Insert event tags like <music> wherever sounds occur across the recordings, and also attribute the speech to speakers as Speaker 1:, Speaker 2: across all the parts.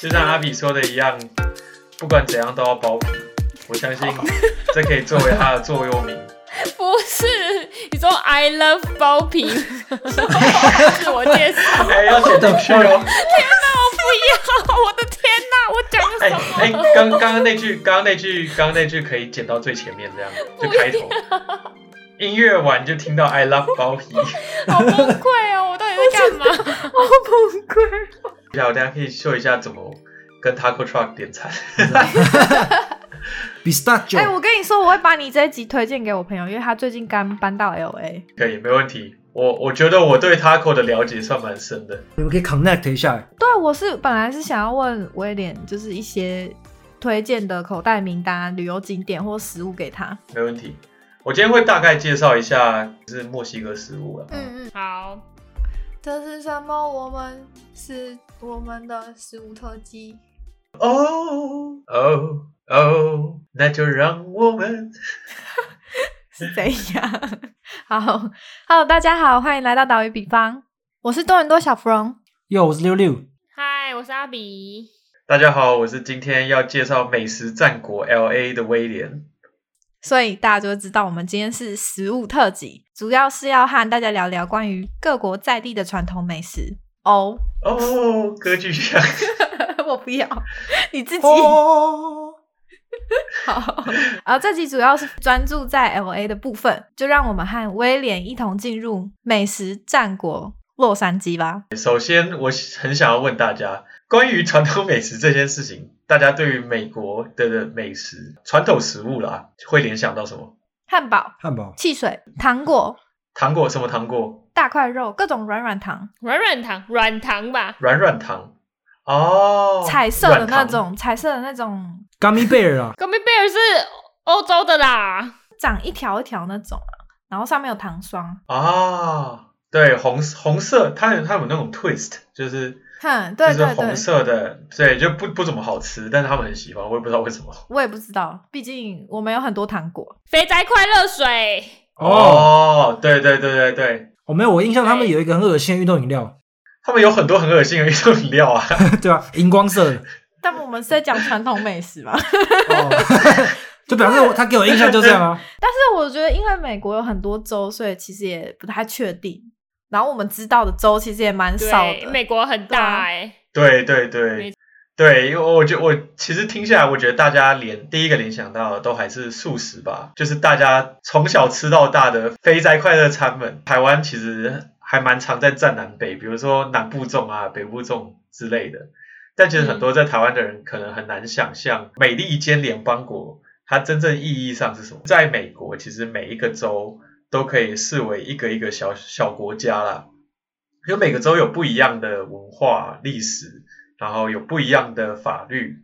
Speaker 1: 就像阿比说的一样，不管怎样都要包皮。我相信这可以作为他的座右铭。
Speaker 2: 不是，你说 I love 包皮，自我介绍。
Speaker 1: 哎、要剪进去哦。
Speaker 2: 天哪，我不要！我的天哪，我讲了
Speaker 1: 哎
Speaker 2: 什么？
Speaker 1: 哎，刚刚刚那句，刚刚那句，刚刚那句可以剪到最前面，这样就开头。音乐完就听到 I love 包皮，
Speaker 2: 好崩溃哦！我到底在干嘛？
Speaker 3: 好崩溃。
Speaker 1: 然后大家可以秀一下怎么跟 Taco Truck 点餐。
Speaker 3: 哎、
Speaker 4: Pistachio，
Speaker 3: 我跟你说，我会把你这一集推荐给我朋友，因为他最近刚搬到 L A。
Speaker 1: 可以，没问题。我我觉得我对 Taco 的了解算蛮深的。
Speaker 4: 你们可以 connect 一下。
Speaker 3: 对，啊我是本来是想要问威廉，就是一些推荐的口袋名单、旅游景点或食物给他。
Speaker 1: 没问题。我今天会大概介绍一下就是墨西哥食物啊，
Speaker 3: 嗯嗯，
Speaker 2: 好，
Speaker 3: 这是什么？我们是我们的食物特辑。
Speaker 1: 哦哦哦，那就让我们
Speaker 3: 是怎样？ <laughs> 好，Hello，大家好，欢迎来到岛屿比方，我是多伦多小芙蓉。
Speaker 4: 哟，我是六六，
Speaker 2: 嗨，我是阿比。
Speaker 1: 大家好，我是今天要介绍美食战国 L A 的威廉。
Speaker 3: 所以大家就会知道，我们今天是食物特辑，主要是要和大家聊聊关于各国在地的传统美食。哦、 <laughs>
Speaker 1: 哦，歌剧像
Speaker 3: 我不要，你自己、
Speaker 4: 哦，
Speaker 3: 好。然后这集主要是专注在 L A 的部分，就让我们和威廉一同进入美食战国洛杉矶吧。
Speaker 1: 首先，我很想要问大家，关于传统美食这件事情，大家对于美国的美食传统食物啦，会联想到什么？
Speaker 3: 汉堡、
Speaker 4: 汉堡，
Speaker 3: 汽水、糖果、
Speaker 1: 糖果什么糖果？
Speaker 3: 大块肉、各种软软糖。
Speaker 2: 软软糖，软糖吧。
Speaker 1: 软软糖。哦，
Speaker 3: 彩色的那
Speaker 1: 软糖
Speaker 3: 种，彩色的那种，
Speaker 4: g u m m y bear 啊，
Speaker 2: 高米贝尔是欧洲的啦。
Speaker 3: 长一条一条那种啊，然后上面有糖霜。
Speaker 1: 啊，对，红红色，它有它有那种 twist，就是
Speaker 3: 哼，
Speaker 1: 就
Speaker 3: 对
Speaker 1: 是
Speaker 3: 对对
Speaker 1: 红，色的，对，就不不怎么好吃，但是他们很喜欢，我也不知道为什么。
Speaker 3: 我也不知道，毕竟我们有很多糖果。
Speaker 2: 肥宅快乐水，
Speaker 4: 哦，
Speaker 1: 对对对对对，
Speaker 4: 我哦没有，我印象他们有一个很恶心的运动饮料， <laughs>
Speaker 1: 他们有很多很恶心的运动饮料啊， <laughs>
Speaker 4: 对吧？荧光色的，
Speaker 3: 但我们是在讲传统美食 <laughs> 嘛？但
Speaker 4: 哦， <laughs> 就表示我他给我印象就这样啊。
Speaker 3: 是我觉得，因为美国有很多州，所以其实也不太确定。然后我们知道的州其实也蛮少
Speaker 2: 对，
Speaker 3: 的。
Speaker 2: 美国很大哎、
Speaker 1: 对对
Speaker 2: 没
Speaker 1: 对。对，因为我觉我其实听下来，我觉得大家联第一个联想到的都还是素食吧，就是大家从小吃到大的肥宅快乐餐们。台湾其实还蛮常在占南北，比如说南部粽啊、北部粽之类的。但其实很多在台湾的人可能很难想象，美利坚联邦国它真正意义上是什么？在美国，其实每一个州都可以视为一个一个小小国家啦，因为每个州有不一样的文化历史，然后有不一样的法律，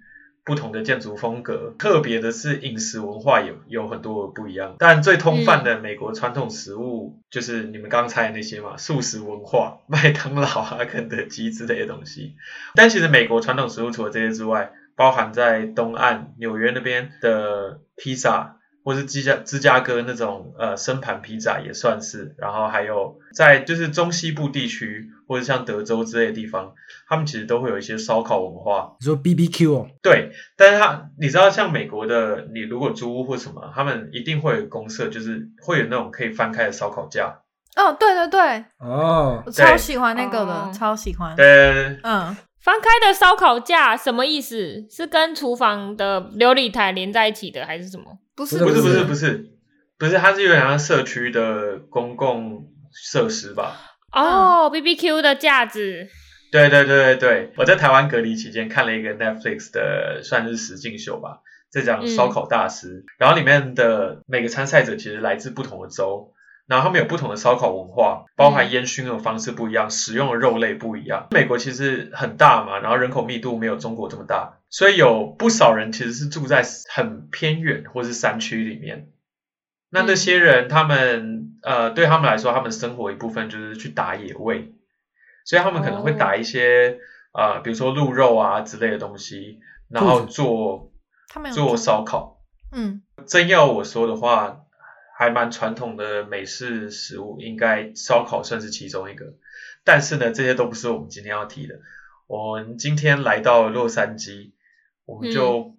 Speaker 1: 不同的建筑风格，特别的是饮食文化有有很多的不一样。但最通泛的美国传统食物、就是你们刚才那些嘛，素食文化，麦当劳啊、肯德基之类的东西。但其实美国传统食物除了这些之外，包含在东岸纽约那边的披萨，或是芝加芝加哥那种呃生盘披萨也算是，然后还有在就是中西部地区或者像德州之类的地方，他们其实都会有一些烧烤文化。
Speaker 4: 你说 B B Q 哦，
Speaker 1: 对，但是他你知道像美国的，你如果租屋或什么，他们一定会有公社，就是会有那种可以翻开的烧烤架。
Speaker 3: 嗯，对对对，
Speaker 4: 哦，
Speaker 3: 我超喜欢那个
Speaker 2: 哦
Speaker 3: 的，超喜欢。
Speaker 1: 对，
Speaker 3: 嗯，
Speaker 2: 翻开的烧烤架什么意思？是跟厨房的琉璃台连在一起的，还是什么？
Speaker 3: 不是
Speaker 1: 不是不
Speaker 3: 是
Speaker 1: 是不是不是，它是有点像社区的公共设施吧？
Speaker 2: 哦、b b q 的架子，
Speaker 1: 对对对对对，我在台湾隔离期间看了一个 Netflix 的算是实境秀吧，在讲烧烤大师，然后里面的每个参赛者其实来自不同的州，然后他们有不同的烧烤文化，包含烟熏的方式不一样，使用的肉类不一样。美国其实很大嘛，然后人口密度没有中国这么大，所以有不少人其实是住在很偏远或是山区里面。那那些人，他们呃，对他们来说，他们生活一部分就是去打野味，所以他们可能会
Speaker 2: 哦
Speaker 1: 打一些、呃，比如说鹿肉啊之类的东西，然后
Speaker 4: 兔
Speaker 1: 做
Speaker 3: 他们有
Speaker 1: 做烧烤。
Speaker 3: 嗯，
Speaker 1: 真要我说的话，还蛮传统的美式食物，应该烧烤算是其中一个。但是呢，这些都不是我们今天要提的。我们今天来到洛杉矶，我们就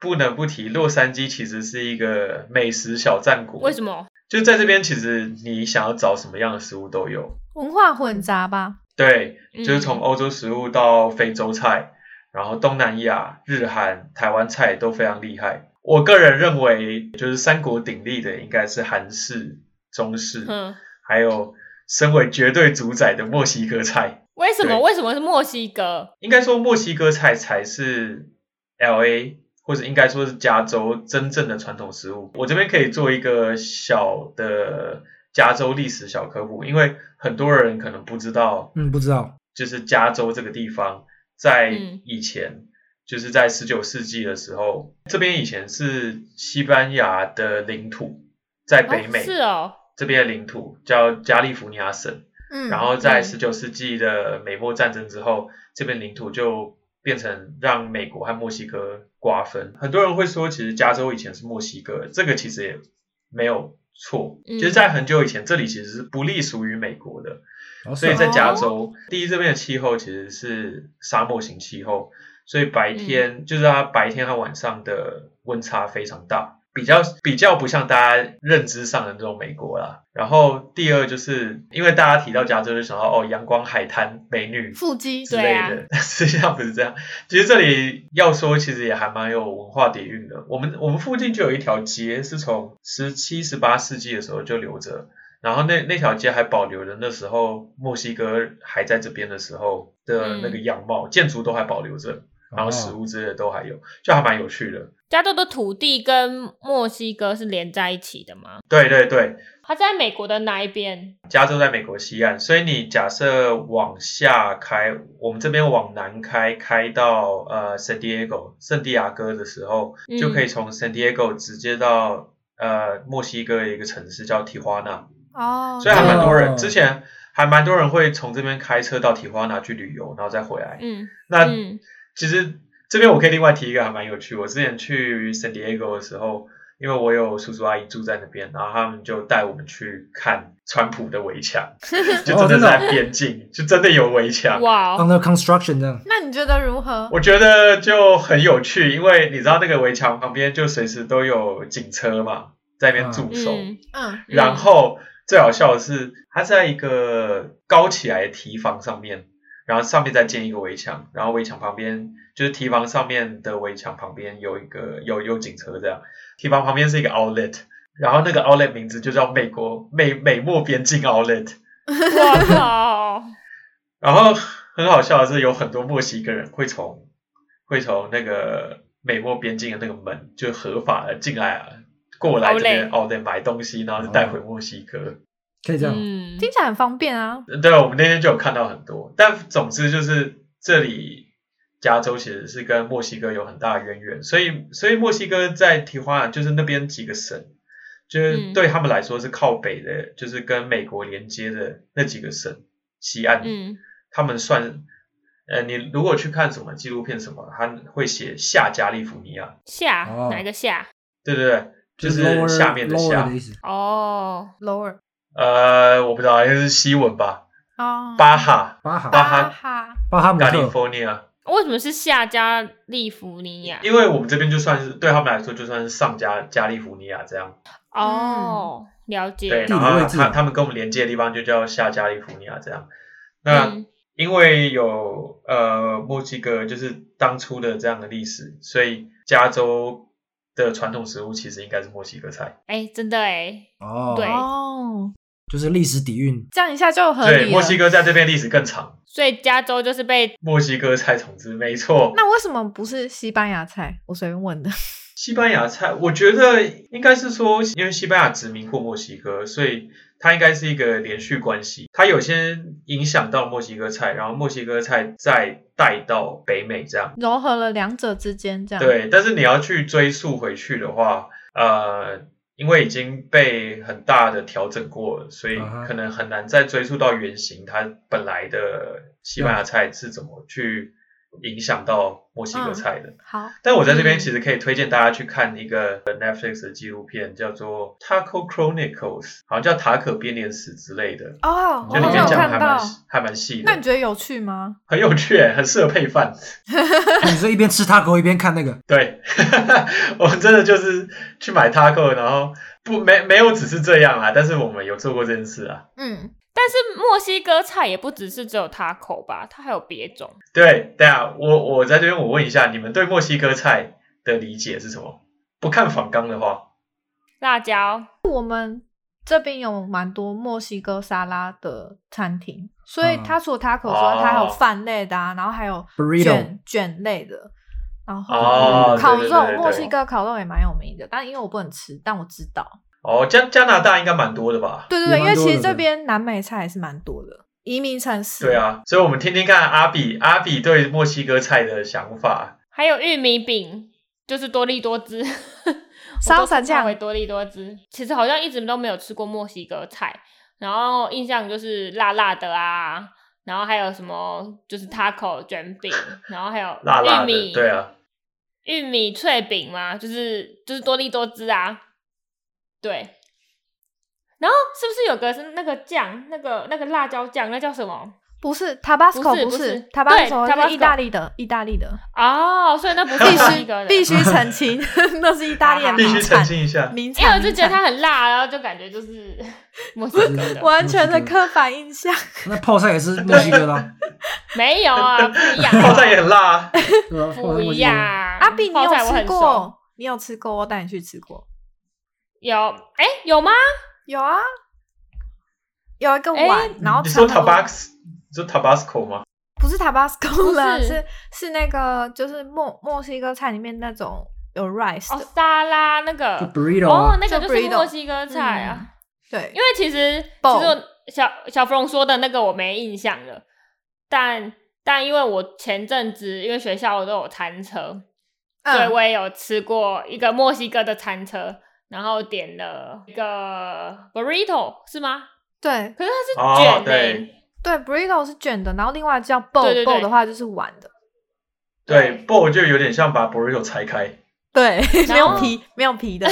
Speaker 1: 不能不提洛杉矶其实是一个美食小战国。
Speaker 2: 为什么？
Speaker 1: 就在这边，其实你想要找什么样的食物都有。
Speaker 3: 文化混杂吧。
Speaker 1: 对，
Speaker 2: 嗯
Speaker 1: 嗯就是从欧洲食物到非洲菜，然后东南亚、日韩、台湾菜都非常厉害。我个人认为，就是三国鼎立的应该是韩式、中式，
Speaker 2: 嗯，
Speaker 1: 还有身为绝对主宰的墨西哥菜。
Speaker 2: 为什么？
Speaker 1: 对
Speaker 2: 为什么是墨西哥？
Speaker 1: 应该说，墨西哥菜才是 L A 或者应该说是加州真正的传统食物。我这边可以做一个小的加州历史小科普，因为很多人可能不知道
Speaker 4: 嗯，不知道，
Speaker 1: 就是加州这个地方，在
Speaker 2: 嗯
Speaker 1: 以前，就是在十九世纪的时候，这边以前是西班牙的领土，在北美、
Speaker 2: 哦是哦，
Speaker 1: 这边的领土叫加利福尼亚省。
Speaker 3: 嗯，
Speaker 1: 然后在
Speaker 2: 嗯
Speaker 1: 十九世纪的美墨战争之后，这边领土就变成让美国和墨西哥瓜分。很多人会说，其实加州以前是墨西哥，这个其实也没有错，
Speaker 2: 嗯
Speaker 1: 就是在很久以前，这里其实是不隶属于美国的。
Speaker 4: 哦
Speaker 1: 所以
Speaker 4: 是啊
Speaker 1: 在加州，第一这边的气候其实是沙漠型气候，所以白天、
Speaker 4: 嗯
Speaker 1: 就是它白天和晚上的温差非常大，比较比较不像大家认知上的那种美国啦。然后第二就是因为大家提到加州就想到哦阳光海滩美女
Speaker 3: 腹肌
Speaker 1: 之类
Speaker 2: 对
Speaker 1: 的，但实际上不 <laughs> 是这样。其实这里要说，其实也还蛮有文化底蕴的。我们我们附近就有一条街，是从十七、十八世纪的时候就留着，然后那那条街还保留着那时候墨西哥还在这边的时候的那个样貌，建筑都还保留着，然后
Speaker 4: 哦
Speaker 1: 食物之类的都还有，就还蛮有趣的。
Speaker 2: 加州的土地跟墨西哥是连在一起的吗？
Speaker 1: 对对对，
Speaker 2: 它在美国的哪一边？
Speaker 1: 加州在美国西岸，所以你假设往下开，我们这边往南开，开到呃 San Diego 圣地亚哥的时候，
Speaker 2: 嗯
Speaker 1: 就可以从 San Diego 直接到呃墨西哥的一个城市叫提花纳，
Speaker 3: 哦，
Speaker 1: 所以还
Speaker 4: 这
Speaker 1: 蛮
Speaker 4: 个
Speaker 1: 多人、
Speaker 4: 哦
Speaker 1: 之前还蛮多人会从这边开车到提花纳去旅游，然后再回来。
Speaker 2: 嗯
Speaker 1: 那、
Speaker 2: 嗯
Speaker 1: 其实这边我可以另外提一个还蛮有趣，我之前去 San Diego 的时候，因为我有叔叔阿姨住在那边，然后他们就带我们去看川普的围墙，
Speaker 3: 哦
Speaker 1: 就哦真的是在边境，就真的有围墙。
Speaker 2: 哇哦，
Speaker 4: under construction 这样，
Speaker 3: <laughs> 那你觉得如何？
Speaker 1: 我觉得就很有趣，因为你知道那个围墙旁边就随时都有警车嘛，在那边驻守。
Speaker 2: 嗯，
Speaker 3: 嗯，
Speaker 1: 然
Speaker 2: <laughs>
Speaker 1: 后最好笑的是，它在一个高起来的堤防上面，然后上面再建一个围墙，然后围墙旁边就是堤防上面的围墙旁边有一个有有警车这样，堤防旁边是一个 outlet，然后那个 outlet 名字就叫美国美美墨边境 outlet，
Speaker 2: 我靠，
Speaker 1: 然后很好笑的是，有很多墨西哥人会从会从那个美墨边境的那个门就合法的进来啊。过来这边 outlet 买东西，然后就带回墨西哥。
Speaker 4: 可以这样，
Speaker 2: 嗯，
Speaker 3: 听起来很方便啊。
Speaker 1: 对，我们那天就有看到很多，但总之就是这里加州其实是跟墨西哥有很大的渊源，所以所以墨西哥在提花纳就是那边几个省，就是
Speaker 2: 嗯
Speaker 1: 对他们来说是靠北的，就是跟美国连接的那几个省西岸，
Speaker 2: 嗯
Speaker 1: 他们算，呃，你如果去看什么纪录片什么，他会写下加利福尼亚，
Speaker 2: 下
Speaker 4: 哦
Speaker 2: 哪一个下？
Speaker 1: 对对对，就是
Speaker 4: lower
Speaker 1: 是下面的
Speaker 4: lower
Speaker 1: 下
Speaker 4: 的，意思，
Speaker 2: 哦，
Speaker 3: lower
Speaker 1: 呃，我不知道，应该是西文吧，
Speaker 3: 哦，
Speaker 1: 巴哈，
Speaker 4: 巴哈
Speaker 1: 巴哈
Speaker 3: 哈，
Speaker 4: 巴哈姆
Speaker 1: 加利
Speaker 4: 特，
Speaker 1: 福尼亚。
Speaker 2: 为什么是下加利福尼亚？
Speaker 1: 因为我们这边就算是对他们来说，就算是上加加利福尼亚这样，
Speaker 2: 哦，了
Speaker 1: 嗯对，
Speaker 2: 解，
Speaker 1: 然
Speaker 4: 地理
Speaker 1: 后
Speaker 4: 位置
Speaker 1: 他他们跟我们连接的地方就叫下加利福尼亚这样。那、
Speaker 2: 嗯
Speaker 1: 因为有呃墨西哥就是当初的这样的历史，所以加州的传统食物其实应该是墨西哥菜。
Speaker 2: 哎，真的哎，
Speaker 4: 哦，
Speaker 2: 对
Speaker 3: 哦，
Speaker 4: 就是历史底蕴，
Speaker 3: 这样一下就合理啊
Speaker 1: 对，
Speaker 3: 了。
Speaker 1: 墨西哥在这边历史更长，
Speaker 2: 所以加州就是被
Speaker 1: 墨西哥菜统治没错。
Speaker 3: 那为什么不是西班牙菜？我随便问的。 <laughs>
Speaker 1: 西班牙菜，我觉得应该是说，因为西班牙殖民过墨西哥，所以它应该是一个连续关系。它有些影响到墨西哥菜，然后墨西哥菜再带到北美这样。
Speaker 3: 融合了两者之间，这样，
Speaker 1: 对，但是你要去追溯回去的话，呃，因为已经被很大的调整过了，所以
Speaker 4: 啊哈
Speaker 1: 可能很难再追溯到原型它本来的西班牙菜是怎么去影响到墨西哥菜的。
Speaker 3: 好，
Speaker 1: 但我在
Speaker 3: 嗯
Speaker 1: 这边其实可以推荐大家去看一个 Netflix 的纪录片，叫做《Taco Chronicles》，好像叫《塔可编年史》之类的，
Speaker 3: 哦，
Speaker 1: 就
Speaker 3: 我
Speaker 1: 里面
Speaker 3: 好像有
Speaker 1: 讲的还
Speaker 3: 看
Speaker 1: 蛮
Speaker 3: 到。
Speaker 1: 还蛮细
Speaker 3: 那你
Speaker 1: 的，
Speaker 3: 觉得有趣吗？
Speaker 1: 很有趣耶，很适合配饭。
Speaker 4: 你说一边吃 taco 一边看那个，
Speaker 1: 对， <laughs> 我们真的就是去买 taco，然后不没没有只是这样啊，但是我们有做过这件事啊。
Speaker 3: 嗯，
Speaker 2: 但是墨西哥菜也不只是只有 taco 吧，它还有别种。
Speaker 1: 对，对啊，我我在这边我问一下，你们对墨西哥菜的理解是什么？不看仿纲的话，
Speaker 2: 辣椒，
Speaker 3: 这边有蛮多墨西哥沙拉的餐厅，所以
Speaker 4: 嗯
Speaker 3: 它除了 taco 之外，它还有
Speaker 1: 哦
Speaker 3: 饭类的啊，然后还有
Speaker 4: Burrito
Speaker 3: 卷卷类的，然后
Speaker 1: 哦
Speaker 3: 烤
Speaker 1: 对对对对
Speaker 3: 肉，
Speaker 1: 对
Speaker 3: 墨西哥烤肉也蛮有名的，但因为我不能吃，但我知道。
Speaker 1: 哦，加加拿大应该蛮多的吧？
Speaker 3: 对对对，
Speaker 4: 也
Speaker 3: 因
Speaker 4: 蛮
Speaker 3: 为
Speaker 4: 多的
Speaker 3: 其实这
Speaker 4: 对
Speaker 3: 边南美菜也是蛮多的，移民城市。
Speaker 1: 对，啊，所以我们听听看阿比阿比对墨西哥菜的想法。
Speaker 2: 还有玉米饼，就是多利多汁。 <laughs>
Speaker 3: salsa
Speaker 2: 我都称它
Speaker 3: 酱
Speaker 2: 为多利多汁，其实好像一直都没有吃过墨西哥菜，然后印象就是辣辣的啊，然后还有什么就是 taco 卷饼，然后还有
Speaker 1: 辣辣
Speaker 2: 玉米，
Speaker 1: 的，对啊，
Speaker 2: 玉米脆饼嘛，就是就是多利多汁啊，对。然后是不是有个是那个酱，那个那个辣椒酱，那叫什么？
Speaker 3: 不是
Speaker 2: 不
Speaker 3: Tabasco，
Speaker 2: 是
Speaker 3: 不
Speaker 2: 不是对
Speaker 3: ，Tabasco
Speaker 2: ，Tabasco
Speaker 3: 是意大利的，意大利的，
Speaker 2: 哦，所以
Speaker 1: <laughs>
Speaker 2: 那不是
Speaker 3: 必
Speaker 2: 墨西
Speaker 3: 须
Speaker 2: 哥的，
Speaker 3: <laughs> 必须澄清，那是意大利的
Speaker 1: 必须
Speaker 3: 名
Speaker 1: 澄
Speaker 3: 产，
Speaker 1: 清一下。
Speaker 3: 名
Speaker 2: 因为我
Speaker 3: 产。
Speaker 2: 就
Speaker 3: 名
Speaker 2: 觉得
Speaker 3: 产
Speaker 2: 它很辣，然后就感觉就是 <laughs> 墨西哥的，
Speaker 3: 完全的刻板印象。
Speaker 2: 嗯
Speaker 4: 那泡菜也是墨西哥的
Speaker 3: <laughs>
Speaker 4: 啊，
Speaker 2: 没有啊，不一样、啊，
Speaker 1: 泡菜也很 <laughs> 辣啊，
Speaker 4: 对吧
Speaker 2: 不一样、。啊。
Speaker 3: 阿碧，你
Speaker 2: 泡
Speaker 3: 有
Speaker 2: 菜我
Speaker 3: 吃
Speaker 2: 很熟？
Speaker 3: 过？你有吃过？我带你去吃过。
Speaker 2: 有，哎、有吗？
Speaker 3: 有啊，有一个
Speaker 2: 哎
Speaker 3: 碗， <laughs> 然后
Speaker 1: 你说
Speaker 3: 盛很多
Speaker 1: Tabasco，你说 Tabasco 吗？
Speaker 3: 不是 Tabasco 啦，
Speaker 2: 不是
Speaker 3: 是是那个就是墨墨西哥菜里面那种有 rice
Speaker 2: 哦
Speaker 3: 的，，
Speaker 2: 沙拉那
Speaker 4: 就
Speaker 2: 个，
Speaker 4: burrito
Speaker 2: 哦
Speaker 4: 啊，，
Speaker 2: 那个
Speaker 3: 就
Speaker 2: 就
Speaker 3: burrito
Speaker 2: 是墨西哥菜啊。
Speaker 3: 对
Speaker 2: 因，为其实其
Speaker 3: Bowl
Speaker 2: 实我小小芙蓉说的那个我没印象了，但但因为我前阵子因为学校都有餐车，所以
Speaker 3: 嗯，
Speaker 2: 我也有吃过一个墨西哥的餐车，然后点了一个 burrito 是吗？
Speaker 3: 对
Speaker 2: 可是它是
Speaker 1: 哦
Speaker 2: 卷，的、
Speaker 1: 对
Speaker 3: 对，burrito 是卷的，然后另外叫 bowl
Speaker 2: 对对对
Speaker 3: bowl 的话就是碗的，
Speaker 1: 对，不过我就有点像把 burrito 拆开，
Speaker 3: 对，没
Speaker 2: 然后
Speaker 3: 有皮没有
Speaker 2: <laughs>
Speaker 3: 皮的，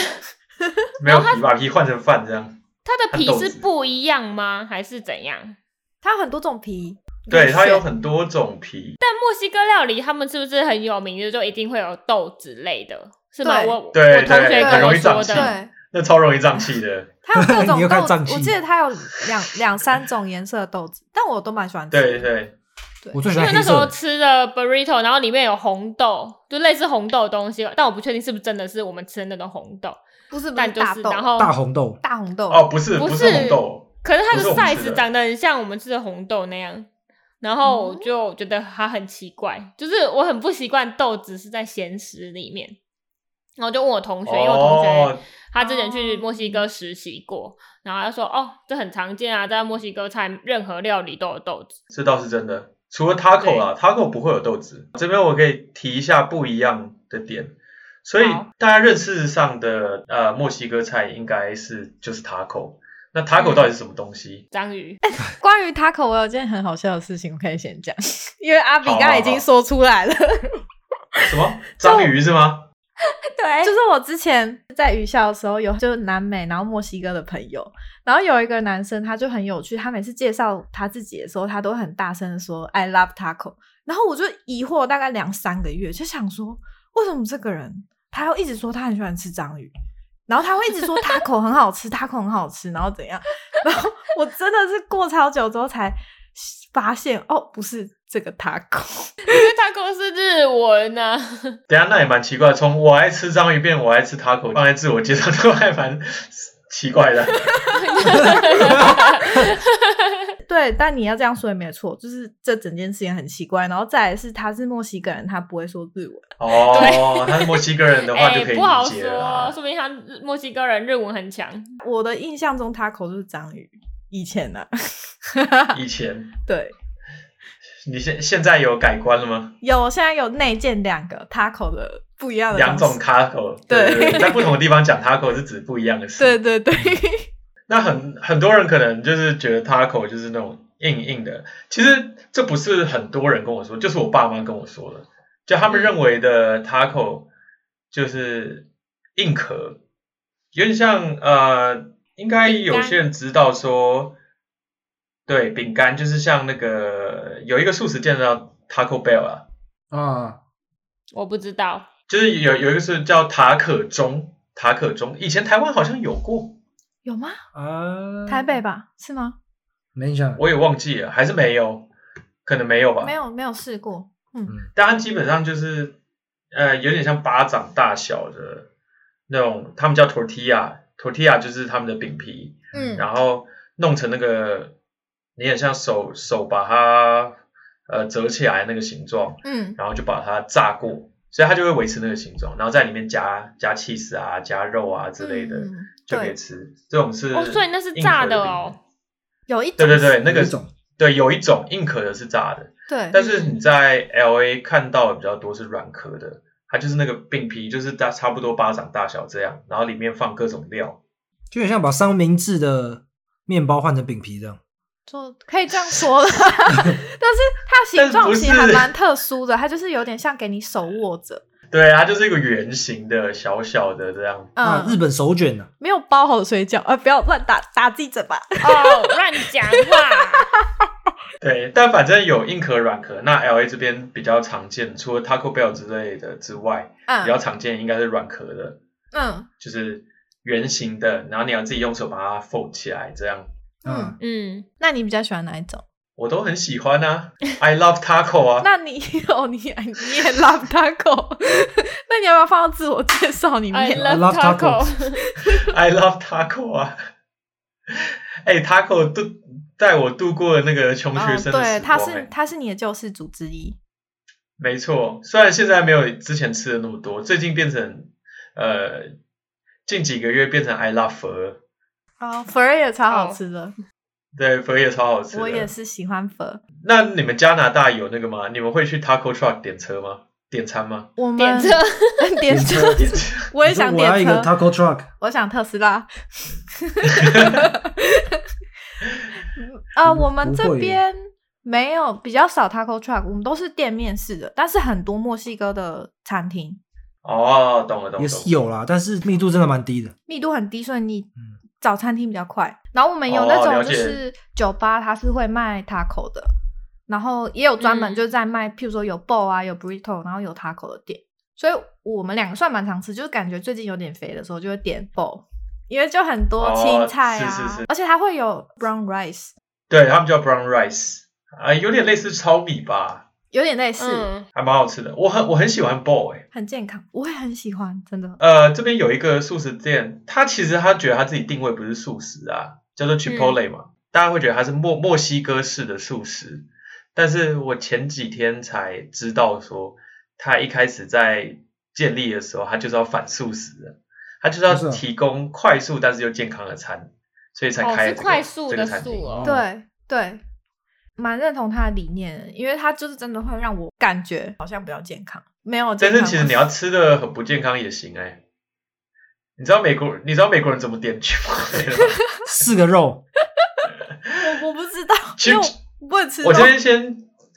Speaker 1: 没有皮把皮换成饭这样。
Speaker 2: 它的皮
Speaker 1: 它豆
Speaker 2: 是
Speaker 1: 子
Speaker 2: 不一样吗？还是怎样？
Speaker 3: 它有很多种皮，
Speaker 1: 对，它有
Speaker 3: 很
Speaker 1: 很多种皮。
Speaker 2: 但墨西哥料理他们是不是很有名的？就一定会有豆子类的，是吗？
Speaker 3: 对
Speaker 2: 我
Speaker 1: 对
Speaker 2: 我同学
Speaker 1: 对
Speaker 2: 跟
Speaker 1: 很
Speaker 2: 我
Speaker 1: 容易
Speaker 2: 说
Speaker 1: 胀气
Speaker 2: 的，
Speaker 3: 对。
Speaker 1: 那超容易胀气的。
Speaker 3: 它有
Speaker 4: <laughs>
Speaker 3: 各
Speaker 4: 你
Speaker 3: 种
Speaker 4: 又开始
Speaker 3: 豆
Speaker 4: 胀
Speaker 3: 子，我
Speaker 4: 气
Speaker 3: 记得它有两两三种颜色的豆子，但我都蛮喜欢吃。
Speaker 1: 对，对，
Speaker 4: 我最喜
Speaker 2: 因为
Speaker 4: 欢
Speaker 2: 那
Speaker 4: 黑
Speaker 2: 时候
Speaker 4: 色的。
Speaker 2: 吃的 burrito，然后里面有红豆，就类似红豆的东西，但我不确定是不是真的是我们吃的那种红豆，
Speaker 3: 不是不是
Speaker 2: 但就
Speaker 3: 大
Speaker 2: 是
Speaker 3: 豆，
Speaker 2: 然后
Speaker 4: 大红豆，
Speaker 3: 大红豆
Speaker 1: 哦，不是
Speaker 2: 不
Speaker 1: 不
Speaker 2: 是
Speaker 1: 红豆，
Speaker 2: 可是它
Speaker 1: 不是我们吃
Speaker 2: size
Speaker 1: 的
Speaker 2: 长得很像我们吃的红豆那样，然后我
Speaker 3: 嗯
Speaker 2: 就觉得它很奇怪，就是我很不习惯豆子是在咸食里面，然后我就问我同学，因为我同学
Speaker 1: 哦，
Speaker 2: 他之前去墨西哥实习过，然后他说哦，这很常见啊，在墨西哥菜任何料理都有豆子。
Speaker 1: 这倒是真的。除了 taco 啦，taco 不会有豆子。这边我可以提一下不一样的点，所以
Speaker 2: 好
Speaker 1: 大家认识上的呃墨西哥菜应该是就是 taco。那
Speaker 2: 嗯
Speaker 1: taco 到底是什么东西？
Speaker 2: 章鱼，
Speaker 3: <laughs> 关于 taco，我有件很好笑的事情，我可以先讲，因为阿比
Speaker 1: 好
Speaker 3: 刚才已
Speaker 1: 好好
Speaker 3: 经说出来了。
Speaker 1: 什么章鱼是吗？
Speaker 2: <laughs> 对
Speaker 3: 就是我之前在语校的时候有就是南美，然后墨西哥的朋友，然后有一个男生他就很有趣，他每次介绍他自己的时候，他都很大声的说 “I love taco”，然后我就疑惑大概两三个月，就想说为什么这个人他要一直说他很喜欢吃章鱼。然后他会一直说 taco 很好吃，taco 很好吃，然后怎样？ <laughs> 然后我真的是过超久之后才发现，哦，不是这个 taco。
Speaker 2: 因为 taco 是日文啊呢、
Speaker 1: 等一下那也蛮奇怪，从我爱吃章鱼变我爱吃 taco，放在自我介绍都还蛮奇怪的。
Speaker 3: 对，但你要这样说也没有错，就是这整件事情很奇怪。然后再来是他是墨西哥人，他不会说日文，
Speaker 1: 哦，他是墨西哥人的话
Speaker 2: 哎、
Speaker 1: 就可以
Speaker 2: 不好
Speaker 1: 理解了
Speaker 2: 说，
Speaker 1: 啦。
Speaker 2: 说明他日墨西哥人日文很强。
Speaker 3: 我的印象中他口就是章鱼。以前呢、啊，
Speaker 1: 以前
Speaker 3: 对，
Speaker 1: 你现现在有改观了吗？
Speaker 3: 有现在有内建两个他口的不一样的
Speaker 1: 两
Speaker 3: 东
Speaker 1: 种
Speaker 3: 西
Speaker 1: taco，
Speaker 3: 对
Speaker 1: 对，在不同的地方讲 taco 是指不一样的事。
Speaker 3: 对对对，
Speaker 1: 那很很多人可能就是觉得 taco 就是那种硬硬的。其实这不是很多人跟我说，就是我爸妈跟我说的，就他们认为的 taco 就是硬壳，有点像呃，应该有些人知道说，对，饼干就是像那个有一个素食店叫 Taco Bell 啊，
Speaker 4: 啊，
Speaker 2: 我不知道，
Speaker 1: 就是有有一个是叫塔可中，塔可中，以前台湾好像有过，
Speaker 3: <laughs> 有吗？
Speaker 4: 啊，
Speaker 3: 台北吧？是吗？
Speaker 4: 没印象，
Speaker 1: 我也忘记了，还是没有，可能没有吧。
Speaker 3: 没有没有试过。嗯，
Speaker 1: 但它基本上就是呃，有点像巴掌大小的那种，他们叫 tortilla，tortilla 就是他们的饼皮，
Speaker 3: 嗯
Speaker 1: 然后弄成那个，你很像手手把它呃折起来那个形状，
Speaker 3: 嗯
Speaker 1: 然后就把它炸过，所以它就会维持那个形状，然后在里面加加 cheese 啊、加肉啊之类的、
Speaker 3: 嗯
Speaker 1: 就可以
Speaker 3: 对，
Speaker 1: 吃。这种是
Speaker 2: 哦，所以那是炸的
Speaker 1: 硬壳
Speaker 2: 哦
Speaker 1: 饼。，
Speaker 3: 有一
Speaker 1: 对对
Speaker 3: 种
Speaker 1: 对，那
Speaker 4: 有
Speaker 1: 个
Speaker 4: 一种
Speaker 1: 对有一种硬壳的是炸的，
Speaker 3: 对，
Speaker 1: 但是你在 L A 看到的比较多是软壳的，它就是那个饼皮，就是大差不多巴掌大小这样，然后里面放各种料。
Speaker 4: 就很像把三明治的面包换成饼皮这样。
Speaker 3: 就可以这样说了， <laughs> 但是它形
Speaker 1: 但
Speaker 3: 状
Speaker 1: 不是
Speaker 3: 其实还蛮特殊的，它就是有点像给你手握着，
Speaker 1: 对，它就是一个圆形的小小的这样。
Speaker 4: 啊，日
Speaker 3: 嗯，
Speaker 4: 本手卷呢？
Speaker 3: 没有包好的水饺，啊，不要乱打打自己嘴巴。
Speaker 2: 哦，乱讲话。
Speaker 1: 对，但反正有硬壳、软壳。那 L A 这边比较常见，除了 Taco Bell 之类的之外，比较
Speaker 3: 嗯
Speaker 1: 常见应该是软壳的，
Speaker 3: 嗯
Speaker 1: 就是圆形的，然后你要自己用手把它 fold 起来这样。
Speaker 4: 啊，
Speaker 2: 嗯，
Speaker 3: 那你比较喜欢哪一种？
Speaker 1: 我都很喜欢啊 <laughs> ，I love taco 啊。
Speaker 3: <laughs> 那你哦，你你也 love taco，那 <laughs> 你要不要放到自我介绍里
Speaker 2: I
Speaker 3: 面？
Speaker 4: I
Speaker 2: love
Speaker 4: love
Speaker 2: taco。
Speaker 1: <laughs> I love taco 啊！哎、t a c o 度带我度过了那个穷学
Speaker 3: 嗯，
Speaker 1: 生的时光、哎
Speaker 3: 对，他是他是你的救世主之一。
Speaker 1: 没错，虽然现在没有之前吃的那么多，最近变成呃，近几个月变成 I love 佛，
Speaker 3: 哦，粉儿也超好
Speaker 2: 哦
Speaker 3: 吃的，
Speaker 1: 对，佛也超好吃的。
Speaker 3: 我也。是喜欢粉儿。
Speaker 1: 那你们加拿大有那个吗？你们会去 Taco Truck 点车吗？点餐吗？
Speaker 3: 我们
Speaker 2: 点嗯车
Speaker 3: <laughs> 点车，
Speaker 1: 点车
Speaker 3: 我也想
Speaker 4: 我要一
Speaker 3: 点
Speaker 4: 个
Speaker 3: 车，
Speaker 4: taco truck，
Speaker 3: 我想特斯拉。啊，
Speaker 4: 不
Speaker 3: 呃我们
Speaker 4: 嗯不
Speaker 3: 这
Speaker 4: 会耶
Speaker 3: 边没有比较少 taco truck，我们都是店面式的，但是很多墨西哥的餐厅
Speaker 1: <laughs> 哦，懂了懂了。懂了
Speaker 4: 也是有啦，但是密度真的蛮低的。
Speaker 3: 密度很低，所以你
Speaker 4: 嗯
Speaker 3: 找餐厅比较快。然后我们有
Speaker 1: 哦
Speaker 3: 那种
Speaker 1: 了
Speaker 3: 就
Speaker 1: 解
Speaker 3: 是酒吧，它是会卖 taco 的，然后也有专门
Speaker 2: 嗯
Speaker 3: 就在卖，譬如说有 bowl 啊，有 burrito，然后有 taco 的店。所以我们两个算蛮常吃，就是感觉最近有点肥的时候就会点 bowl，因为就很多
Speaker 1: 哦
Speaker 3: 青菜啊，
Speaker 1: 是是是
Speaker 3: 而且它会有 brown rice，
Speaker 1: 对他们叫 brown rice 啊、有点类似糙米吧，
Speaker 3: 有点类似，
Speaker 2: 嗯，
Speaker 1: 还蛮好吃的。我很我很喜欢 ball 哎、
Speaker 3: 很健康，我也很喜欢，真的。
Speaker 1: 呃，这边有一个素食店，他其实他觉得他自己定位不是素食啊，叫做 Chipotle
Speaker 2: 嗯
Speaker 1: 嘛，大家会觉得它是墨墨西哥式的素食，但是我前几天才知道说，他一开始在建立的时候，他就是要反素食的，他就是要
Speaker 4: 不是啊
Speaker 1: 提供快速但是又健康的餐，所以才
Speaker 2: 哦，
Speaker 1: 开
Speaker 2: 是
Speaker 1: 了这个、
Speaker 2: 快速
Speaker 1: 这个
Speaker 2: 的
Speaker 1: 餐
Speaker 2: 速
Speaker 1: 厅。
Speaker 2: 哦。
Speaker 3: 对对，蛮认同他的理念的，因为他就是真的会让我感觉好像比较健康，没有健
Speaker 1: 但
Speaker 3: 康
Speaker 1: 是
Speaker 3: 吗。
Speaker 1: 其实你要吃的很不健康也行哎、你知道美国你知道美国人怎么点 Chipotle
Speaker 2: <laughs>
Speaker 1: 吗？
Speaker 4: 四个 <laughs> 肉，
Speaker 3: <laughs> 我我不知道，
Speaker 1: 其
Speaker 3: 因
Speaker 1: 实
Speaker 3: 为我不会吃
Speaker 1: 我
Speaker 3: 肉
Speaker 1: 这边先，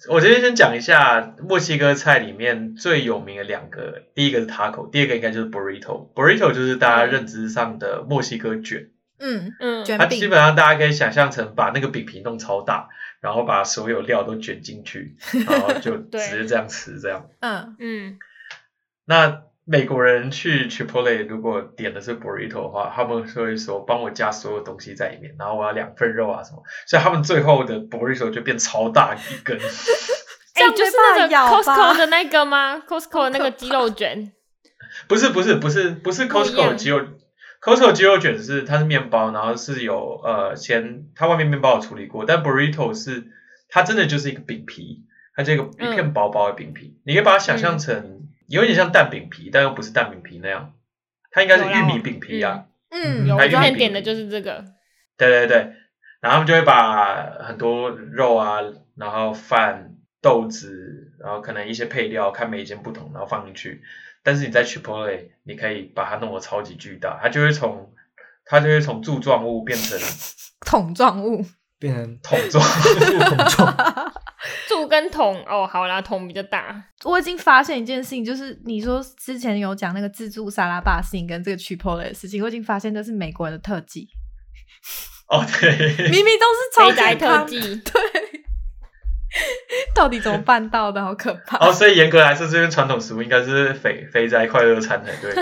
Speaker 1: 我这边先讲一下墨西哥菜里面最有名的两个，第一个是 taco，第二个应该就是 burrito。burrito 就是大家认知上的墨西哥卷，
Speaker 3: 嗯，
Speaker 2: 嗯，
Speaker 3: 卷
Speaker 1: 它
Speaker 3: 饼
Speaker 1: 基本上大家可以想象成把那个饼皮弄超大，然后把所有料都卷进去，然后就
Speaker 2: 对
Speaker 1: 直接这样吃这样。
Speaker 3: 嗯
Speaker 2: 嗯，
Speaker 1: 那美国人去 Chipotle 如果点的是 burrito 的话，他们就会说帮我加所有东西在里面，然后我要两份肉啊什么，所以他们最后的 burrito 就变超大一根。
Speaker 3: 这
Speaker 2: 哎，
Speaker 3: 样
Speaker 2: 就是
Speaker 3: 没办
Speaker 2: 那
Speaker 3: 法
Speaker 2: 个
Speaker 3: 咬吧
Speaker 2: Costco 的那个吗？Costco 的那个鸡肉卷。
Speaker 1: 不是不是不是不是
Speaker 2: 不一样
Speaker 1: Costco 鸡肉，Costco 鸡肉卷是它是面包，然后是有呃先它外面面包有处理过，但 burrito 是它真的就是一个饼皮，它这个
Speaker 2: 嗯
Speaker 1: 一片薄薄的饼皮，你可以把它想象成、有点像蛋饼皮，但又不是蛋饼皮那样，它应该是
Speaker 2: 有啦
Speaker 1: 玉
Speaker 2: 我
Speaker 1: 米饼皮啊，
Speaker 3: 嗯，
Speaker 2: 有，
Speaker 1: 还有
Speaker 2: 我之
Speaker 1: 玉米
Speaker 2: 前
Speaker 1: 饼
Speaker 2: 点的就是这个。
Speaker 1: 对对对，然后他们就会把很多肉啊，然后饭、豆子，然后可能一些配料，看每一间不同，然后放进去。但是你在 Chipotle，你可以把它弄得超级巨大，它就会从它就会从柱状物变成
Speaker 3: 桶状物，
Speaker 4: 变成
Speaker 1: 桶 <laughs> 装。
Speaker 4: 桶状。
Speaker 2: 柱跟桶哦，好啦，桶比较大，
Speaker 3: 我已经发现一件事情，就是你说之前有讲那个自助沙拉吧的事情跟这个 Chipotle 的事情，我已经发现这是美国人的特技，
Speaker 1: 哦，
Speaker 3: <laughs>
Speaker 1: 对，
Speaker 3: 明明都
Speaker 2: 肥
Speaker 3: 是超
Speaker 2: 宅
Speaker 3: 健
Speaker 2: 特
Speaker 3: 康， <laughs>
Speaker 2: 技。
Speaker 3: 到底怎么办到的？好可怕！
Speaker 1: <laughs> 哦，所以严格来说，这边传统食物应该是肥肥宅快乐餐才对，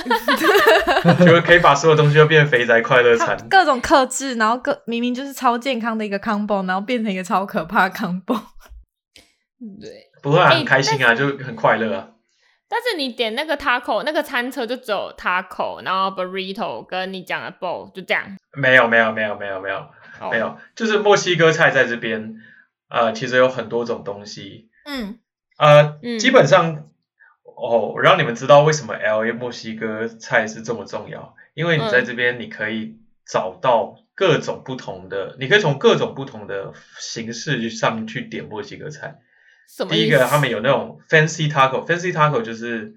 Speaker 1: 就是可以把所有东西都变肥宅快乐
Speaker 3: 它
Speaker 1: 餐。
Speaker 3: 各种克制，然后各明明就是超健康的一个 combo，然后变成一个超可怕的 combo。
Speaker 2: 对，
Speaker 1: 不会啊
Speaker 2: 哎
Speaker 1: 很开心啊，就很快乐啊。
Speaker 2: 但是你点那个 taco 那个餐车就只有 taco，然后 burrito 跟你讲的 bowl 就这样。
Speaker 1: 没有没有没有没有没有
Speaker 2: 哦
Speaker 1: 没，有，就是墨西哥菜在这边，呃，其实有很多种东西，
Speaker 3: 嗯，
Speaker 1: 呃，
Speaker 2: 嗯
Speaker 1: 基本上，哦，让你们知道为什么 L A 墨西哥菜是这么重要，因为你在
Speaker 2: 嗯
Speaker 1: 这边你可以找到各种不同的，你可以从各种不同的形式上去点墨西哥菜。
Speaker 2: 什么意
Speaker 1: 第
Speaker 2: 思？
Speaker 1: 一个，他们有那种 fancy taco，fancy taco 就是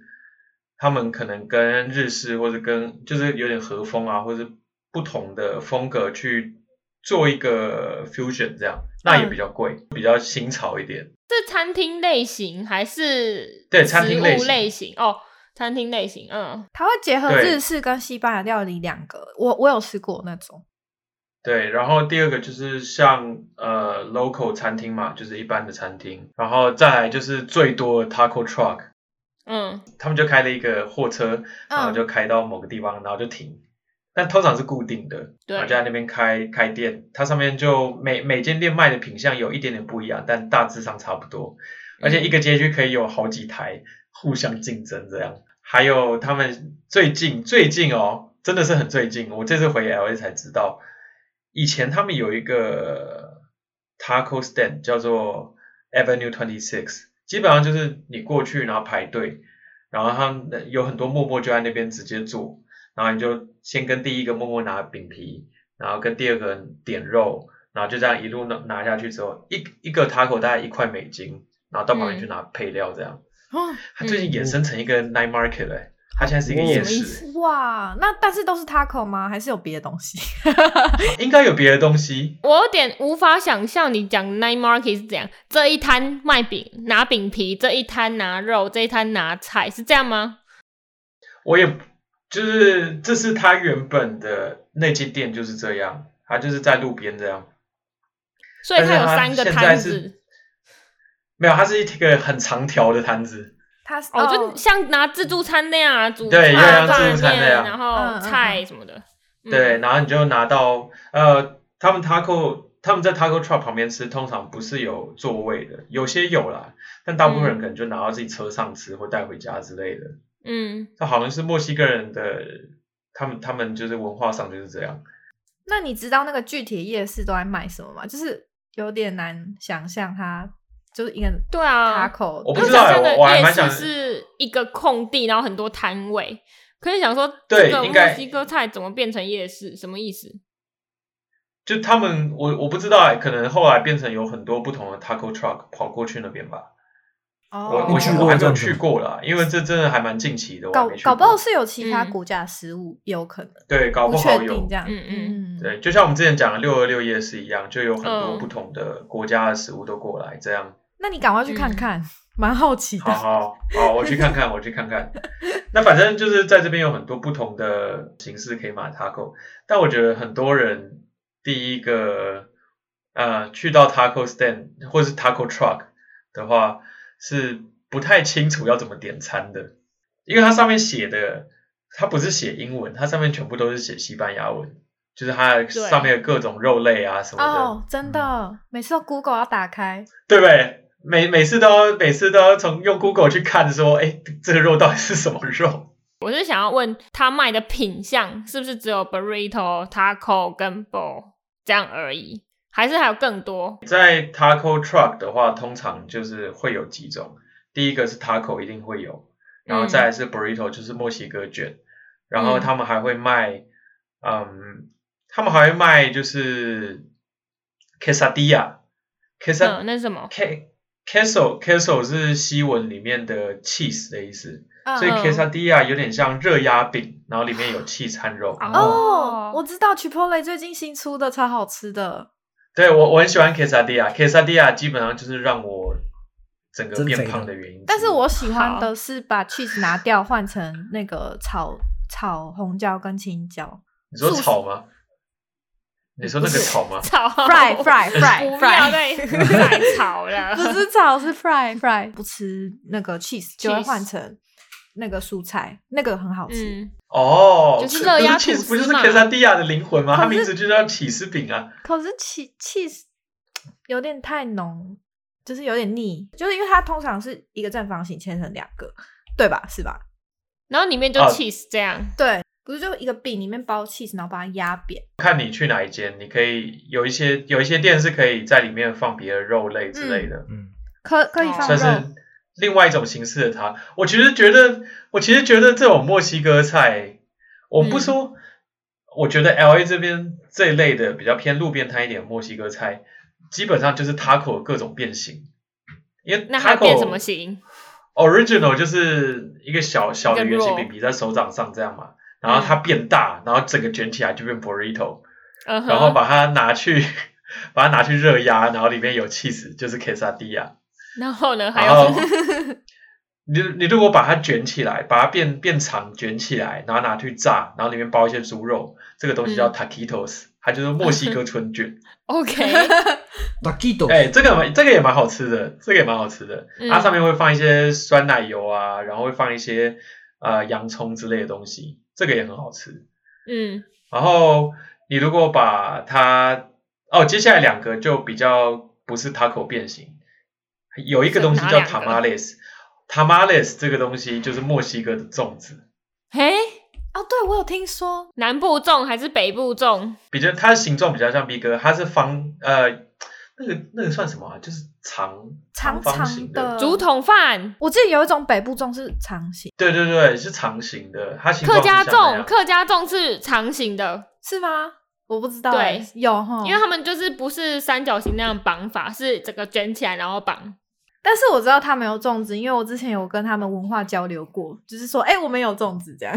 Speaker 1: 他们可能跟日式或者跟就是有点和风啊，或者是不同的风格去做一个 fusion 这样，那也
Speaker 2: 嗯
Speaker 1: 比较贵，比较新潮一点。
Speaker 2: 是餐厅类型还是
Speaker 1: 对餐厅类
Speaker 2: 类
Speaker 1: 型
Speaker 2: 类型哦，餐厅类型，嗯，
Speaker 3: 它会结合
Speaker 1: 对
Speaker 3: 日式跟西班牙料理两个，我我有吃过那种。
Speaker 1: 对，然后第二个就是像呃 local 餐厅嘛，就是一般的餐厅，然后再来就是最多的 taco truck，
Speaker 2: 嗯，
Speaker 1: 他们就开了一个货车，然后就开到某个地方，然后就停。但通常是固定的，然
Speaker 2: 对
Speaker 1: 后就在那边开开店，它上面就每每间店卖的品相有一点点不一样，但大致上差不多。而
Speaker 2: 嗯
Speaker 1: 且一个街区可以有好几台互相竞争这样。还有他们最近最近哦，真的是很最近，我这次回 L A 才知道，以前他们有一个 taco stand 叫做 Avenue Twenty Six，基本上就是你过去然后排队，然后他们有很多默默就在那边直接做，然后你就先跟第一个默默拿饼皮，然后跟第二个人点肉，然后就这样一路拿拿下去之后，一一个 taco 大概一块美金，然后到旁边
Speaker 2: 嗯
Speaker 1: 去拿配料这样。
Speaker 3: 嗯
Speaker 1: 它最近衍生成一个 night market 哎、它现在是一个
Speaker 4: 哦
Speaker 1: 夜
Speaker 2: 什么意
Speaker 1: 市，
Speaker 2: 思？
Speaker 3: 哇，那但是都是 taco 吗？还是有别的东西？ <laughs>
Speaker 1: 应该有别的东西。
Speaker 2: 我有点无法想象你讲 night market 是怎样，这一摊卖饼拿饼皮，这一摊拿肉，这一摊拿菜，是这样吗？
Speaker 1: 我也就是这是它原本的那间店就是这样，它就是在路边这样，
Speaker 2: 所以
Speaker 1: 但是
Speaker 2: 有
Speaker 1: 它
Speaker 2: 三个
Speaker 1: 现在
Speaker 2: 摊
Speaker 1: 是
Speaker 2: 子，
Speaker 1: 没有，它是一个很长条的摊子，
Speaker 3: 它
Speaker 2: 哦，就像拿自助餐那样啊，煮
Speaker 1: 对就
Speaker 2: 饭
Speaker 1: 像
Speaker 2: 拌
Speaker 1: 自助餐那
Speaker 2: 面
Speaker 1: 样
Speaker 2: 然
Speaker 3: 嗯
Speaker 2: 后
Speaker 3: 嗯
Speaker 2: 菜什么的，嗯
Speaker 1: 对，，然后你就拿到呃，他们 taco 他们在 taco truck 旁边吃，通常不是有座位的，有些有啦，但大部
Speaker 3: 嗯
Speaker 1: 分人可能就拿到自己车上吃或带回家之类的。
Speaker 2: 嗯，
Speaker 1: 这好像是墨西哥人的，他们他们就是文化上就是这样。
Speaker 3: 那你知道那个具体夜市都在卖什么吗？就是有点难想象它就是一个
Speaker 2: 对啊，
Speaker 3: taco，
Speaker 1: 我不
Speaker 2: 我
Speaker 1: 知道
Speaker 2: 想
Speaker 1: 欸
Speaker 2: 象的
Speaker 1: 我我还蛮
Speaker 2: 夜
Speaker 1: 想
Speaker 2: 市是一个空地，然后很多摊位。可是想说，
Speaker 1: 对
Speaker 2: 这个
Speaker 1: 应
Speaker 2: 墨
Speaker 1: 该
Speaker 2: 西哥菜怎么变成夜市？什么意思？
Speaker 1: 就他们，我我不知道哎，可能后来变成有很多不同的 taco truck 跑过去那边吧。哎
Speaker 3: 哦
Speaker 1: 我我
Speaker 4: 去
Speaker 1: 想
Speaker 4: 过
Speaker 1: 我还没
Speaker 4: 这
Speaker 1: 有
Speaker 4: 样子
Speaker 1: 去过啦，因为这真的还蛮近期的，我还
Speaker 3: 搞
Speaker 1: 没去
Speaker 3: 搞
Speaker 1: 过。
Speaker 3: 不好是有其他
Speaker 2: 嗯
Speaker 3: 骨架食物，有可能
Speaker 1: 对，搞
Speaker 3: 不
Speaker 1: 不好
Speaker 3: 确定
Speaker 1: 有
Speaker 3: 这。样。
Speaker 2: 嗯嗯
Speaker 1: 对，就像我们之前讲的六二六夜市一样，就有很多
Speaker 2: 嗯
Speaker 1: 不同的国家的食物都过来，这样。
Speaker 3: 那你赶快去
Speaker 2: 嗯
Speaker 3: 看看，蛮好奇的
Speaker 1: 好。好好，我去看看，我去看看。那反正就是在这边有很多不同的形式可以买 taco，但我觉得很多人第一个呃去到 taco stand 或是 taco truck 的话是不太清楚要怎么点餐的，因为它上面写的它不是写英文，它上面全部都是写西班牙文，就是它的上面的各种肉类啊什么的。嗯
Speaker 3: 哦，真的，每次都 Google 要打开，
Speaker 1: 对不对？每每次都要每次都要从用 Google 去看说，哎，这个肉到底是什么肉？
Speaker 2: 我是想要问他卖的品相是不是只有 burrito、taco 跟 bowl 这样而已，还是还有更多？
Speaker 1: <laughs> 在 taco truck 的话，通常就是会有几种，第一个是 taco 一定会有，然后再来是 burrito，就是墨西哥卷，然后他们还会卖，嗯，他们还会卖就是 quesadilla，quesa
Speaker 2: 嗯，那是什么？ <laughs>
Speaker 1: q queso queso 是西文里面的 cheese 的意思，
Speaker 3: 嗯
Speaker 1: 所以
Speaker 2: 嗯
Speaker 1: quesadilla 有点像热压饼，然后里
Speaker 2: 哦
Speaker 1: 面有 cheese 和肉。
Speaker 3: 哦，我知道 Chipotle 最近新出的超好吃的，
Speaker 1: 对我我很喜欢 quesadilla quesadilla 基本上就是让我整个
Speaker 4: 增肥
Speaker 1: 变
Speaker 4: 的
Speaker 1: 胖的原因之一。
Speaker 3: 但是我喜欢
Speaker 2: 好
Speaker 3: 的是把 cheese 拿掉，换成那个炒炒红椒跟青 <laughs> 椒
Speaker 1: 你说
Speaker 3: 素食
Speaker 1: 草吗？你说那个草吗？
Speaker 2: 吵
Speaker 3: fry fry fry
Speaker 2: 不要
Speaker 3: fry，
Speaker 2: 再
Speaker 1: <laughs>
Speaker 3: <laughs>
Speaker 2: 再吵了。
Speaker 3: 不是炒是 fry fry，不 <laughs> 吃那个 cheese 就会
Speaker 2: Cheese
Speaker 3: 换成那个蔬菜，那个很好吃。
Speaker 2: 嗯，
Speaker 1: 哦，
Speaker 2: 就
Speaker 1: 这
Speaker 2: 是热压
Speaker 1: 不是
Speaker 2: 吐
Speaker 1: cheese 不就是
Speaker 2: 司嘛
Speaker 1: quesadilla 的灵魂吗？
Speaker 3: 可
Speaker 1: 它
Speaker 3: 是
Speaker 1: 名字就叫起司饼啊。
Speaker 3: 可是 cheese cheese 有点太浓，就是有点腻，就是因为它通常是一个正方形切成两个，对吧？是吧？
Speaker 2: 然后里面就
Speaker 1: 啊
Speaker 2: cheese 这样，
Speaker 3: 对，不是就一个饼里面包 cheese，然后把它压扁。
Speaker 1: 看你去哪一间，你可以有一些有一些店是可以在里面放别的肉类之类的，
Speaker 4: 嗯，
Speaker 3: 可可以
Speaker 2: 哦
Speaker 3: 放
Speaker 1: 算
Speaker 3: 肉，
Speaker 1: 是另外一种形式的它。我其实觉得，我其实觉得这种墨西哥菜，我不说，
Speaker 2: 嗯
Speaker 1: 我觉得 L A 这边这一类的比较偏路边摊一点的墨西哥菜，基本上就是 taco 的各种变形。因为
Speaker 2: 那它
Speaker 1: taco
Speaker 2: 变什么形？
Speaker 1: original 就是一个小小的圆形饼
Speaker 2: 一
Speaker 1: 皮在手掌上这样嘛，然后它变大，然后整个卷起来就变 burrito，、
Speaker 2: 嗯哼，
Speaker 1: 然后把它拿去 <laughs> 把它拿去热压，然后里面有 cheese 就是 quesadilla，
Speaker 2: 然后呢还
Speaker 1: 然
Speaker 2: 有什
Speaker 1: 后
Speaker 2: 么？
Speaker 1: 啊你你如果把它卷起来，把它变变长卷起来，然后拿去炸，然后里面包一些猪肉，这个东
Speaker 2: 嗯
Speaker 1: 西叫 taquitos，、它就是墨西哥春
Speaker 2: <laughs>
Speaker 1: 卷。
Speaker 2: OK，
Speaker 4: d a k i d o
Speaker 1: 哎、这个蛮这个也蛮好吃的，这个也蛮好吃的。
Speaker 2: 哦嗯
Speaker 1: 它上面会放一些酸奶油啊，然后会放一些呃洋葱之类的东西，这个也很好吃。
Speaker 3: <laughs>
Speaker 2: 嗯，
Speaker 1: 然后你如果把它哦，接下来两个就比较不是 taco 变形，有一个东西
Speaker 2: 是哪
Speaker 1: 叫
Speaker 2: 两个
Speaker 1: tamales。tamales 这个东西就是墨西哥的粽子，
Speaker 2: 嘿，
Speaker 3: 哦，对我有听说，
Speaker 2: 南部粽还是北部粽？
Speaker 1: 比较它的形状比较像 B 哥，它是方呃那个那个算什么啊？就是长
Speaker 3: 长
Speaker 1: 方
Speaker 3: 长
Speaker 1: 形的，
Speaker 2: 竹筒饭、
Speaker 3: 我记得有一种北部粽是长形，
Speaker 1: 对对对，是长形的，它形状
Speaker 2: 客
Speaker 1: 是啊
Speaker 2: 家
Speaker 1: 像那
Speaker 2: 粽，
Speaker 1: 样
Speaker 2: 客家粽是长形的，
Speaker 3: 是吗？我不知道
Speaker 2: 对
Speaker 3: 欸，有哈，
Speaker 2: 因为他们就是不是三角形那样绑法，是整个卷起来然后
Speaker 3: <laughs>
Speaker 2: 绑。
Speaker 3: 但是我知道他们有粽子，因为我之前有跟他们文化交流过，就是说，哎、我们有粽子这样，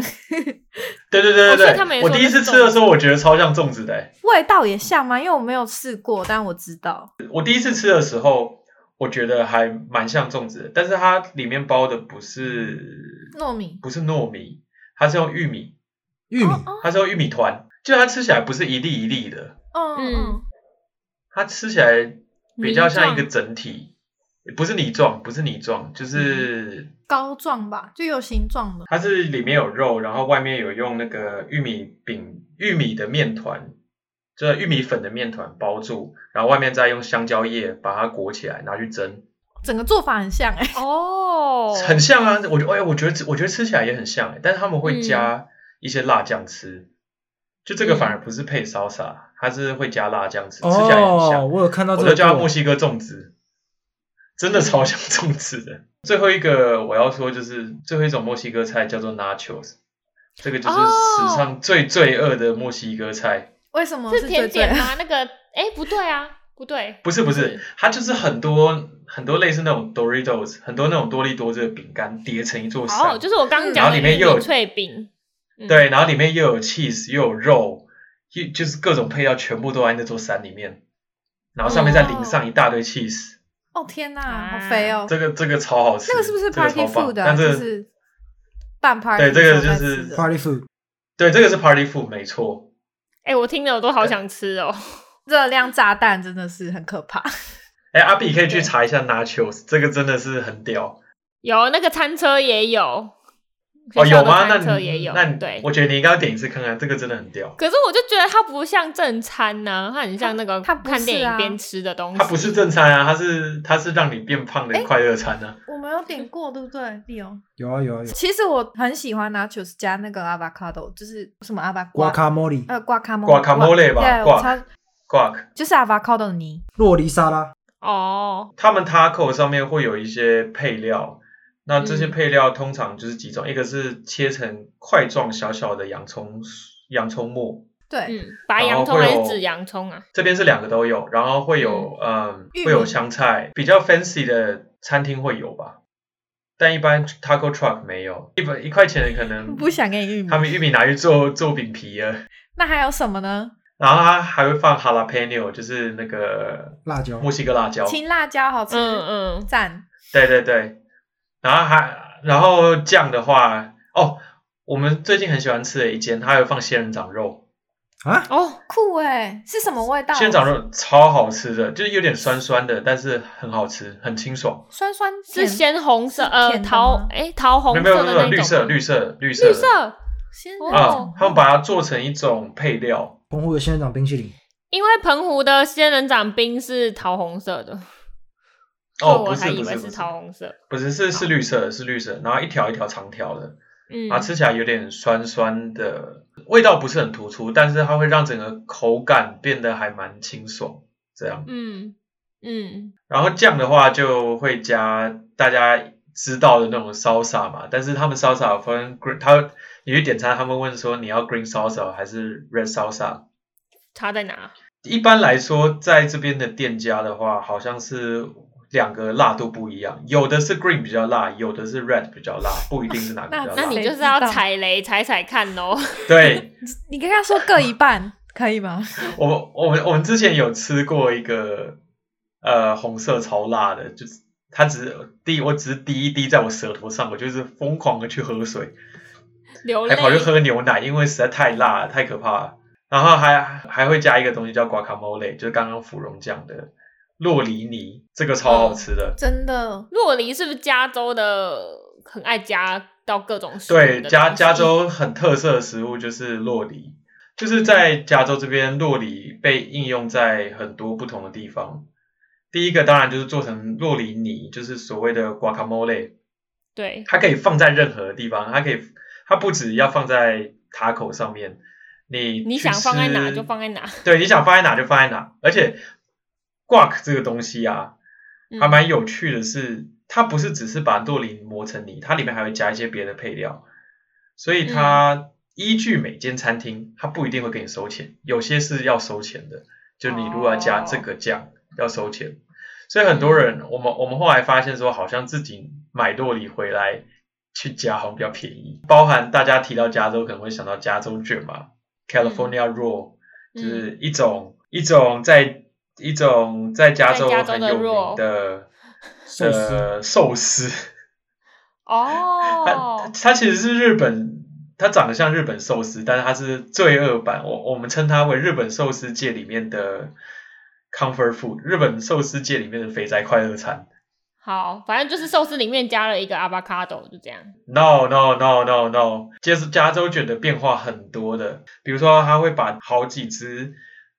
Speaker 3: <laughs>
Speaker 1: 对对对
Speaker 2: 哦所以
Speaker 1: 对
Speaker 2: 他们
Speaker 1: 对，
Speaker 2: 也
Speaker 1: 我
Speaker 2: 说
Speaker 1: 第一
Speaker 2: 那
Speaker 1: 次
Speaker 2: 是
Speaker 1: 吃的
Speaker 2: 粽
Speaker 1: 时候，我觉得超像粽子的、欸。
Speaker 3: 味道也像吗？因为我没有试过，但我知道，
Speaker 1: 我第一次吃的时候，我觉得还蛮像粽子的，但是它里面包的不是
Speaker 3: 糯米
Speaker 1: 不是糯米，它是用玉米，
Speaker 4: 玉米，
Speaker 1: 它是用玉米团，就它吃起来不是一粒一粒的，
Speaker 3: 嗯
Speaker 2: 嗯
Speaker 3: 嗯，
Speaker 1: 它吃起来比较像一个
Speaker 2: 泥
Speaker 1: 整体，不是泥状，不是泥状，就是
Speaker 3: 膏状吧，就有形状的，
Speaker 1: 它是里面有肉，然后外面有用那个玉米饼、玉米的面团，就是玉米粉的面团包住，然后外面再用香蕉叶把它裹起来，拿去蒸，
Speaker 3: 整个做法很像、哎，
Speaker 2: 哦，
Speaker 1: 很像啊！我觉得哎，我觉得我觉得吃起来也很像、欸但是他们
Speaker 2: 嗯
Speaker 1: 会加一些辣酱吃，就这个反而不是配烧沙，它是会加辣酱吃，吃起来也很像。
Speaker 4: 哦，我有看到
Speaker 1: 我
Speaker 4: 这
Speaker 1: 都
Speaker 4: 个
Speaker 1: 叫它
Speaker 4: 过
Speaker 1: 墨西哥粽子，真的超像粽子的。最后一个我要说就是最后一种墨西哥菜叫做 nachos，这个就是
Speaker 2: 哦
Speaker 1: 史上最罪恶的墨西哥菜。
Speaker 3: <laughs> 为什么
Speaker 2: 是甜
Speaker 3: 哦最最
Speaker 2: 点？吗？那个，哎，不对啊，不对，
Speaker 1: 不是不是，它就是很多很多类似那种 Doritos，很多那种多利多这个饼干叠成一座山，
Speaker 2: 哦，就是我
Speaker 3: 嗯
Speaker 2: 刚刚
Speaker 1: 啊然
Speaker 2: 讲
Speaker 1: 后
Speaker 2: 的
Speaker 1: 里面又有
Speaker 2: 有脆饼，嗯
Speaker 1: 对，然后里面又有 cheese 又有肉，又就是各种配料全部都在那座山里面，然后上面再淋上一大堆 cheese。
Speaker 3: 哦天哪、
Speaker 2: 啊
Speaker 3: 好肥哦，
Speaker 1: 这个这个超好吃，
Speaker 3: 那个是不是
Speaker 1: 这个
Speaker 3: party
Speaker 1: 超棒
Speaker 3: food 啊？
Speaker 1: 但这
Speaker 3: 就
Speaker 1: 个
Speaker 3: 是办 party，
Speaker 1: 对这个
Speaker 3: 的时候
Speaker 1: 就
Speaker 3: 在
Speaker 1: 是
Speaker 3: 吃的
Speaker 4: party food，
Speaker 1: 对，这个是 party food，没错。
Speaker 2: 哎，我听了我都好想吃哦。
Speaker 3: 热量炸弹，真的是很可怕。
Speaker 1: 哎，阿比可以去
Speaker 2: 对
Speaker 1: 查一下 nachos，这个真的是很屌
Speaker 2: 有那个餐车也有，
Speaker 1: 哦，
Speaker 2: 学校
Speaker 1: 有
Speaker 2: 的
Speaker 1: 吗？那
Speaker 2: 餐车
Speaker 1: 你
Speaker 2: 也有，
Speaker 1: 那你
Speaker 2: 对。
Speaker 1: 我觉得你应该要点一次看看，这个真的很屌。
Speaker 2: 可是我就觉得它不像正餐呐、它很像那个
Speaker 3: 它它不是啊
Speaker 2: 看电影边吃的东西。
Speaker 1: 它不是正餐啊，它是它是让你变胖的快乐餐啊。
Speaker 3: 我没有点过，对不对，利用。
Speaker 4: 有啊有啊有
Speaker 3: 其实我很喜欢 nachos 加那个 avocado，就是什么 avocado，
Speaker 4: ，guacamole，
Speaker 3: 呃，guacamole，
Speaker 1: Guacamole 吧
Speaker 3: 对，
Speaker 1: guac
Speaker 3: 我超
Speaker 1: guac，
Speaker 3: 就是 avocado 泥，
Speaker 4: 洛梨沙拉，
Speaker 2: 哦，
Speaker 1: 他们 taco 上面会有一些配料，那这些
Speaker 2: 嗯
Speaker 1: 配料通常就是几种，一个是切成块状小小的洋葱洋葱末，
Speaker 3: 对，
Speaker 2: 嗯，白洋葱
Speaker 1: 然后
Speaker 2: 还
Speaker 1: 会有
Speaker 2: 是紫洋葱啊？
Speaker 1: 这边是两个都有，然后会有嗯
Speaker 3: 玉米
Speaker 1: 会有香菜，比较 fancy 的餐厅会有吧，但一般 taco truck 没有，一
Speaker 2: <laughs>
Speaker 3: 嗯
Speaker 1: 本一块钱的可能
Speaker 3: 不想给你玉米
Speaker 1: 他。们玉米拿去做做饼皮了。
Speaker 3: 那还有什么呢？
Speaker 1: 然后它还会放 jalapeno，就是那个
Speaker 4: 辣椒
Speaker 1: 墨西哥辣椒。
Speaker 3: 青辣椒好吃，
Speaker 2: 嗯嗯，
Speaker 3: 赞。
Speaker 1: 对对对，然后还然后酱的话，哦，我们最近很喜欢吃的一间，它有放仙人掌肉，
Speaker 4: 啊，
Speaker 2: 哦，
Speaker 3: 酷哎，是什么味道？
Speaker 1: 仙人掌肉超好吃的，就是有点酸酸的，但是很好吃，很清爽。
Speaker 3: 酸酸
Speaker 2: 是
Speaker 3: 甜
Speaker 2: 鲜红色，
Speaker 3: 是
Speaker 2: 呃，
Speaker 3: 甜的
Speaker 2: 桃
Speaker 3: 吗，
Speaker 2: 哎，桃红
Speaker 1: 没有没
Speaker 2: 色
Speaker 1: 有没有
Speaker 2: 的那种，
Speaker 1: 绿色绿色绿色
Speaker 2: 绿
Speaker 1: 的
Speaker 2: 色，
Speaker 3: 鲜
Speaker 2: 哦
Speaker 1: 啊，他们把它做成一种配料，
Speaker 4: 澎湖有仙人掌冰淇淋，
Speaker 1: 呃
Speaker 2: 因为澎湖的仙人掌冰是桃红色的，所以
Speaker 1: 哦，
Speaker 2: 我
Speaker 1: 不
Speaker 2: 还
Speaker 1: 是
Speaker 2: 以
Speaker 1: 不
Speaker 2: 为
Speaker 1: 是
Speaker 2: 是
Speaker 1: 不是
Speaker 2: 桃红色。
Speaker 1: 不是是是绿色的，是绿色的，然后一条一条长条的，
Speaker 2: 嗯，
Speaker 1: 啊，吃起来有点酸酸的，味道不是很突出，但是它会让整个口感变得还蛮清爽，这样。
Speaker 2: 嗯嗯，
Speaker 1: 然后酱的话就会加大家知道的那种 salsa 嘛，但是他们 salsa 有分 green，他你去点餐，他们问说你要 green salsa 还是 red salsa。
Speaker 2: 差在哪？
Speaker 1: 一般来说，在这边的店家的话，好像是两个辣度不一样，有的是 green 比较辣，有的是 red 比较辣，不一定是哪个比较
Speaker 2: 那
Speaker 3: 那
Speaker 1: 辣
Speaker 2: 你。
Speaker 3: 谁
Speaker 2: 就是
Speaker 3: 知道
Speaker 2: 要踩雷踩踩看哦 <laughs> 喽。
Speaker 1: 对，
Speaker 3: 你跟他说各一半可以吗？ <laughs>
Speaker 1: 我们我们我们之前有吃过一个呃红色超辣的，就是它只是滴，我只是滴一滴在我舌头上，我就是疯狂的去喝水，
Speaker 2: 流
Speaker 1: 还
Speaker 2: 泪，
Speaker 1: 哎跑去喝牛奶，因为实在太辣了，太可怕了。然后还还会加一个东西叫 guacamole，就是刚刚芙蓉讲的洛梨泥，这个超好吃
Speaker 2: 哦
Speaker 1: 的。
Speaker 3: 真的，
Speaker 2: 洛梨是不是加州的很爱加到各种食物
Speaker 1: 对，
Speaker 2: 的
Speaker 1: 加
Speaker 2: 东西
Speaker 1: 加州很特色的食物就是洛梨，就是在加州这边，洛梨被应用在很多不同的地方。第一个当然就是做成洛梨泥，就是所谓的 guacamole，
Speaker 2: 对
Speaker 1: 它可以放在任何地方，它可以，它不只要放在塔口上面，你
Speaker 2: 你
Speaker 1: 去
Speaker 2: 想放在哪
Speaker 1: 吃
Speaker 2: 就放在哪，
Speaker 1: 对，你想放在哪就放在哪。而且 guac 这个东西啊，
Speaker 2: 嗯
Speaker 1: 还蛮有趣的是，它不是只是把洛梨磨成泥，它里面还会加一些别的配料，所以它依据每间餐厅，它不一定会给你收钱，有些是要收钱的，就你如果要加这个酱、要收钱，所以很多人我们我们后来发现说，好像自己买洛梨回来。去加好像比较便宜，包含大家提到加州可能会想到加州卷嘛，California roll，、就
Speaker 2: 嗯
Speaker 1: 是一种一种在一种在加州
Speaker 2: 在加州
Speaker 1: 很
Speaker 2: 的
Speaker 1: 有
Speaker 2: 肉
Speaker 1: 名的
Speaker 4: 寿司
Speaker 1: 呃寿司，它
Speaker 2: <laughs> 哦，
Speaker 1: 它其实是日本，它长得像日本寿司，但是它是罪恶版，我我们称它为日本寿司界里面的 comfort food，日本寿司界里面的肥宅快乐餐。
Speaker 2: 好，反正就是寿司里面加了一个 avocado，就这样。
Speaker 1: No no no no no，接着加州卷的变化很多的，比如说它会把好几只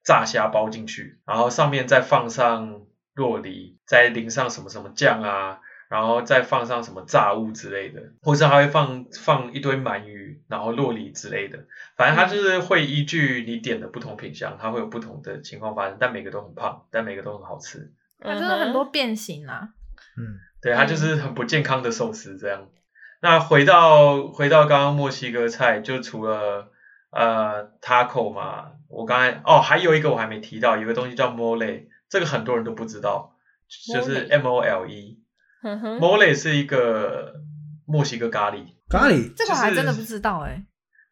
Speaker 1: 炸虾包进去，然后上面再放上洛梨，再淋上什么什么酱啊，然后再放上什么炸物之类的，或是它会放放一堆鳗鱼，然后洛梨之类的，反正它就是会依据你点的不同品相，它会有不同的情况发生，但每个都很胖，但每个都很好吃。
Speaker 3: 它真的很多
Speaker 2: 嗯哼
Speaker 3: 变形啊。
Speaker 4: 嗯，
Speaker 1: 对，它就是很不健康的寿司这样。那回到回到刚刚墨西哥菜，就除了呃 taco 嘛，我刚才哦还有一个我还没提到，有个东西叫 mole，这个很多人都不知道，就是
Speaker 2: Mole
Speaker 1: M O L E。
Speaker 2: 嗯哼，
Speaker 1: mole 是一个墨西哥咖喱，
Speaker 4: 咖喱
Speaker 3: 这个我
Speaker 1: 就
Speaker 3: 还
Speaker 1: 是
Speaker 3: 真的不知道哎，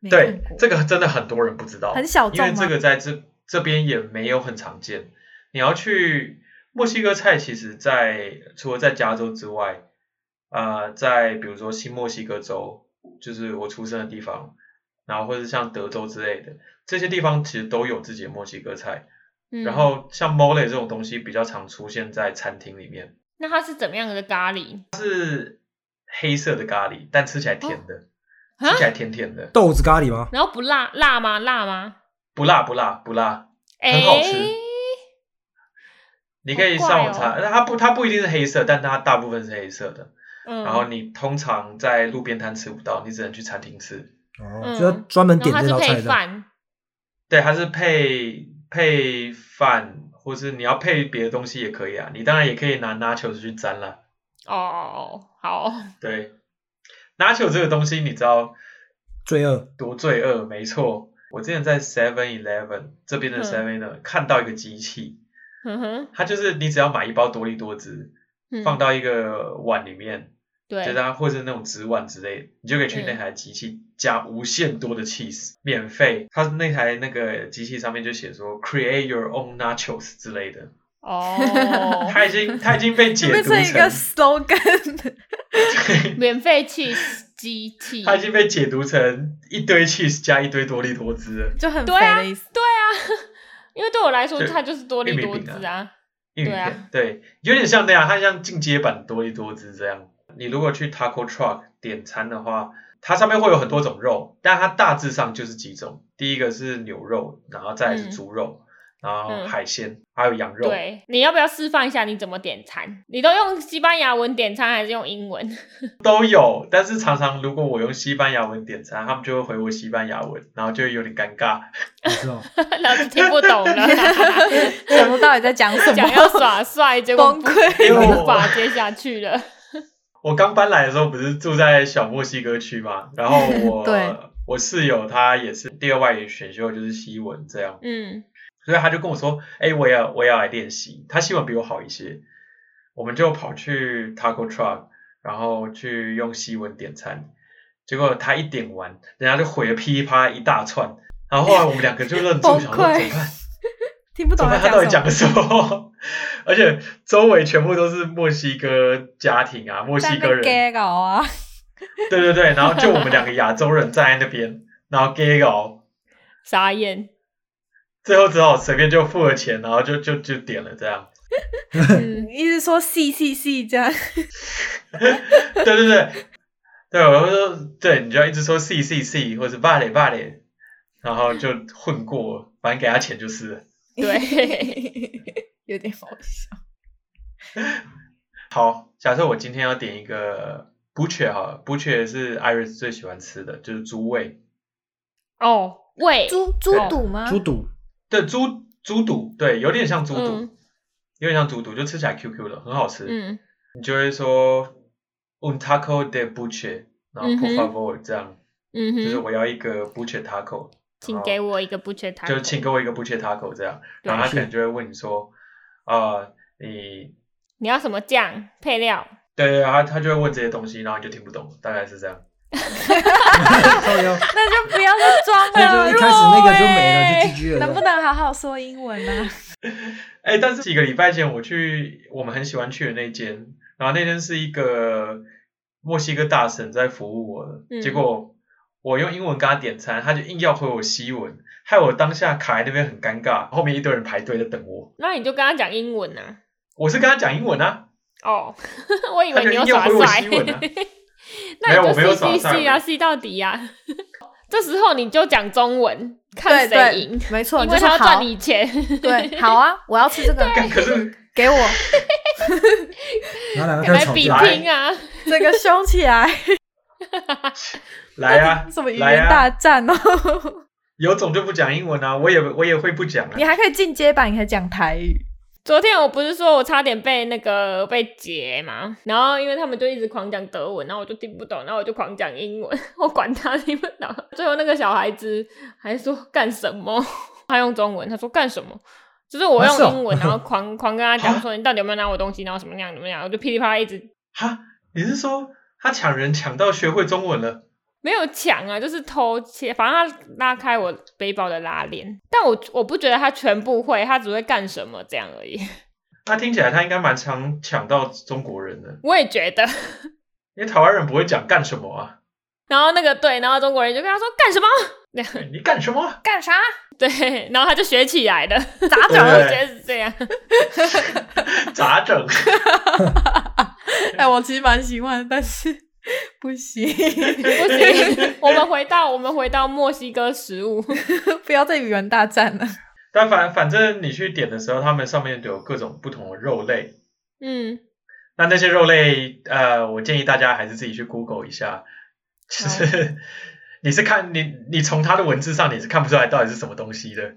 Speaker 3: 没
Speaker 1: 对
Speaker 3: 看过，
Speaker 1: 这个真的很多人不知道，
Speaker 3: 很
Speaker 2: 哦
Speaker 3: 小
Speaker 1: 因为
Speaker 3: 众吗
Speaker 1: 这？个在这这边也没有很常见。你要去墨西哥菜，其实在除了在加州之外，呃，在比如说新墨西哥州，就是我出生的地方，然后或者像德州之类的这些地方，其实都有自己的墨西哥菜。
Speaker 2: 嗯
Speaker 1: 然后像 mole 这种东西比较常出现在餐厅里面，
Speaker 2: 那它是怎么样的咖喱？
Speaker 1: 黑色的咖喱，但吃起来甜的，
Speaker 2: 啊
Speaker 1: 吃起来甜甜的，
Speaker 4: 豆子咖喱吗？
Speaker 2: 然后不辣，辣吗？辣吗？
Speaker 1: 不辣不辣不辣，
Speaker 2: 哎
Speaker 1: 很好吃你可以上网
Speaker 2: 好哦
Speaker 1: 查，那它不它不一定是黑色，但它大部分是黑色的。
Speaker 2: 嗯，
Speaker 1: 然后你通常在路边摊吃不到，你只能去餐厅吃。
Speaker 4: 哦，
Speaker 2: 嗯
Speaker 4: 就要专门
Speaker 2: 然后
Speaker 4: 点
Speaker 2: 它
Speaker 4: 这
Speaker 2: 是
Speaker 4: 道
Speaker 2: 配
Speaker 4: 菜的。
Speaker 2: 饭，
Speaker 1: 对，它是配配饭，或是你要配别的东西也可以啊。你当然也可以拿 nachos 去沾啦。
Speaker 2: 哦哦，哦好，
Speaker 1: 对，nacho 这个东西你知道
Speaker 4: 罪恶
Speaker 1: 多罪恶？没错，我之前在 Seven Eleven 这边的
Speaker 2: 嗯
Speaker 1: Seven 呢、看到一个机器，
Speaker 2: 嗯哼，
Speaker 1: 它就是你只要买一包多利多汁，
Speaker 2: 嗯
Speaker 1: 放到一个碗里面，
Speaker 2: 对
Speaker 1: 就，它或是那种纸碗之类的，你就可以去那
Speaker 2: 嗯
Speaker 1: 台机器加无限多的 cheese，免费。它那台那个机器上面就写说 create your own nachos 之类的， <laughs>
Speaker 2: 哦，
Speaker 1: 它已经它已经
Speaker 2: <laughs>
Speaker 1: 被解
Speaker 3: 变
Speaker 1: 读
Speaker 3: 成一个 slogan，
Speaker 2: 免费气机器，
Speaker 1: 它已经被解读成一堆 cheese 加一堆多利多汁了，
Speaker 3: 就很肥
Speaker 2: 对啊
Speaker 3: 的意思。
Speaker 2: 对啊， <laughs> 因为对我来说，
Speaker 1: 对
Speaker 2: 它就是多利多
Speaker 1: 玉米
Speaker 2: 汁
Speaker 1: 饼
Speaker 2: 啊，
Speaker 1: 玉米
Speaker 2: 对啊
Speaker 1: 片，对，有点像那样，它像进阶版多利多汁这样。你如果去 Taco Truck 点餐的话，它上面会有很多种肉，但它大致上就是几种，第一个是牛肉，然后再来是
Speaker 2: 嗯
Speaker 1: 猪肉，然后
Speaker 2: 嗯
Speaker 1: 海鲜，还有羊肉。
Speaker 2: 对，你要不要示范一下你怎么点餐？你都用西班牙文点餐还是用英文？
Speaker 1: 都有，但是常常如果我用西班牙文点餐，他们就会回我西班牙文，然后就会有点尴尬。
Speaker 4: 你
Speaker 2: <laughs>
Speaker 4: 知道？
Speaker 2: 老子听不懂了，
Speaker 3: 想说到底在讲 <laughs> 什
Speaker 2: 讲要
Speaker 3: 么？
Speaker 2: 耍帅，结果
Speaker 3: 崩
Speaker 2: 不
Speaker 3: 溃。
Speaker 1: 因为
Speaker 2: 无
Speaker 1: 我
Speaker 2: 法接下去了。
Speaker 1: 我刚搬来的时候不是住在小墨西哥区嘛，然后
Speaker 2: <laughs>
Speaker 3: 对
Speaker 1: 我我室友他也是第二外语选修就是西文这样，
Speaker 2: 嗯，
Speaker 1: 所以他就跟我说，哎，我也要我也要来练习，他西文比我好一些，我们就跑去 Taco Truck，然后去用西文点餐，结果他一点完，人家就回了噼里啪啦一大串，然后后来我们两个就愣住，
Speaker 3: <laughs> 崩
Speaker 1: 想说怎么
Speaker 3: 溃
Speaker 1: 办？
Speaker 3: 听不
Speaker 1: 怎
Speaker 3: 懂
Speaker 1: 么
Speaker 3: 他
Speaker 1: 他到底
Speaker 3: 什
Speaker 1: 讲
Speaker 3: 么
Speaker 1: 了。什么？ <laughs> 而且周围全部都是墨西哥家庭啊，墨
Speaker 3: 在
Speaker 1: 西
Speaker 3: 那
Speaker 1: 哥
Speaker 3: 边
Speaker 1: 人，
Speaker 3: gay 搞啊，
Speaker 1: 对对对，然后就我们两个亚洲人站在那边，然后 gay 搞，
Speaker 2: 傻眼。
Speaker 1: 最后只好随便就付了钱，然后就就就点了这样。
Speaker 2: 嗯，
Speaker 3: <laughs> 一直说细细细 <laughs> 这样，
Speaker 1: <laughs> 对对对，对，我就说对，你就要一直说 C C C 或者 vale vale，然后就混过了，反正给他钱就是了。
Speaker 2: 对，
Speaker 3: <laughs> 有点好笑。
Speaker 1: 好，假设我今天要点一个 butcher 好了，butcher 是 Iris 最喜欢吃的，就是猪胃，
Speaker 2: 哦，喂，
Speaker 3: <laughs> 猪猪肚吗？
Speaker 4: 哦猪
Speaker 2: <laughs>
Speaker 4: 肚
Speaker 1: 对，猪猪肚，对，有点像猪肚。
Speaker 2: 嗯
Speaker 1: 有点像猪肚，就吃起来 QQ 的，很好吃。
Speaker 2: 嗯，
Speaker 1: 你就会说 un taco de buche，然后
Speaker 2: 嗯
Speaker 1: por
Speaker 2: 哼
Speaker 1: favor、这样，
Speaker 2: 嗯
Speaker 1: 就是
Speaker 2: 哼，
Speaker 1: 我要一个 buche taco，
Speaker 2: 请给我一个不缺糖，
Speaker 1: 就是请给我一个 buche taco 这样，
Speaker 2: 对
Speaker 1: 然后他可能
Speaker 4: 是
Speaker 1: 就会问你说，啊、你
Speaker 2: 你要什么酱配料？
Speaker 1: 对对，他他就会问这些东西，然后你就听不懂，大概是这样。
Speaker 4: 靠腰，
Speaker 3: 那 <laughs> 就不要再装
Speaker 4: 那
Speaker 3: 了，欸
Speaker 4: 就一开始那个就
Speaker 3: <laughs>
Speaker 4: 没了，就 GG 了。
Speaker 3: 能不能好好说英文呢、啊？
Speaker 1: 哎，但是几个礼拜前我去我们很喜欢去的那间，然后那间是一个墨西哥大婶在服务我的，
Speaker 2: 嗯
Speaker 1: 结果我用英文跟他点餐，他就硬要回我西文，害我当下卡在那边很尴尬，后面一堆人排队在等我。
Speaker 2: 那你就跟他讲英文啊。
Speaker 1: 我是跟他讲英文啊，
Speaker 2: 哦， <laughs> 我以
Speaker 1: 他
Speaker 2: 为
Speaker 1: 就
Speaker 2: 你有
Speaker 1: 硬要
Speaker 2: 耍
Speaker 1: 回我
Speaker 2: 帅
Speaker 1: 西
Speaker 2: <laughs>
Speaker 1: 文啊，没有
Speaker 2: 那
Speaker 1: 我
Speaker 2: 你
Speaker 1: 没有
Speaker 2: 就
Speaker 1: 耍
Speaker 2: 细细
Speaker 1: 帅
Speaker 2: 细啊，细到底啊。 <laughs> 这时候你就讲中文，看
Speaker 3: 对
Speaker 2: 谁
Speaker 3: 对
Speaker 2: 赢，，
Speaker 3: 没错，
Speaker 2: 因
Speaker 3: 就
Speaker 2: 为
Speaker 3: 是
Speaker 2: 他要
Speaker 3: 好
Speaker 2: 赚。你钱。
Speaker 3: <laughs> 对，好啊，我要吃这个，
Speaker 1: 干可
Speaker 2: <laughs>
Speaker 1: 是
Speaker 3: 给我
Speaker 4: 然后两个开
Speaker 2: 来
Speaker 4: 始吵
Speaker 2: 比
Speaker 4: 架，
Speaker 2: 拼啊！
Speaker 3: 这个凶起来，
Speaker 1: 来啊，
Speaker 3: 什么语
Speaker 1: 来
Speaker 3: 言
Speaker 1: 啊
Speaker 3: 大，战哦？
Speaker 1: 有种就不讲英文啊，我也我也会不讲啊
Speaker 3: <laughs> 你，还可以进阶版，你可以讲台语。
Speaker 2: 昨天我不是说我差点被那个被劫嘛，然后因为他们就一直狂讲德文，然后我就听不懂，然后我就狂讲英文，我管他听不懂。 <laughs> 最后那个小孩子还说干什么？ <laughs> 他用中文，他说干什么？就是我
Speaker 4: 啊是哦
Speaker 2: 用英文，然后狂狂跟他讲说你到底有没有拿我东西，然后什么样怎么样，我就噼里啪啦一直
Speaker 1: 哈，你是说他抢人抢到学会中文了？
Speaker 2: 没有抢啊，就是偷窃。反正他拉开我背包的拉链，但我我不觉得他全部会，他只会干什么这样而已。 <laughs>
Speaker 1: 那听起来他应该蛮常抢到中国人的，
Speaker 2: 我也觉得。 <laughs>
Speaker 1: 因为台湾人不会讲干什么啊，
Speaker 2: 然后那个对，然后中国人就跟他说干什么？那样
Speaker 1: 你干什么？
Speaker 3: 干啥？
Speaker 2: 对， <laughs> 然后他就学起来 <laughs> 了。
Speaker 3: 咋
Speaker 1: 对
Speaker 3: 整？
Speaker 2: 我觉得是这样，
Speaker 1: 咋整？
Speaker 3: 哎、我其实蛮喜欢，但是 <laughs> 不
Speaker 2: <laughs>
Speaker 3: 行，
Speaker 2: 不行。我们回到我们回到墨西哥食物，
Speaker 3: 不要再语言大战了。
Speaker 1: 但反反正你去点的时候，他们上面有各种不同的肉类。
Speaker 2: 嗯，
Speaker 1: 那那些肉类，呃，我建议大家还是自己去 Google 一下，就是 <laughs> 你是看你你从它的文字上你是看不出来到底是什么东西的。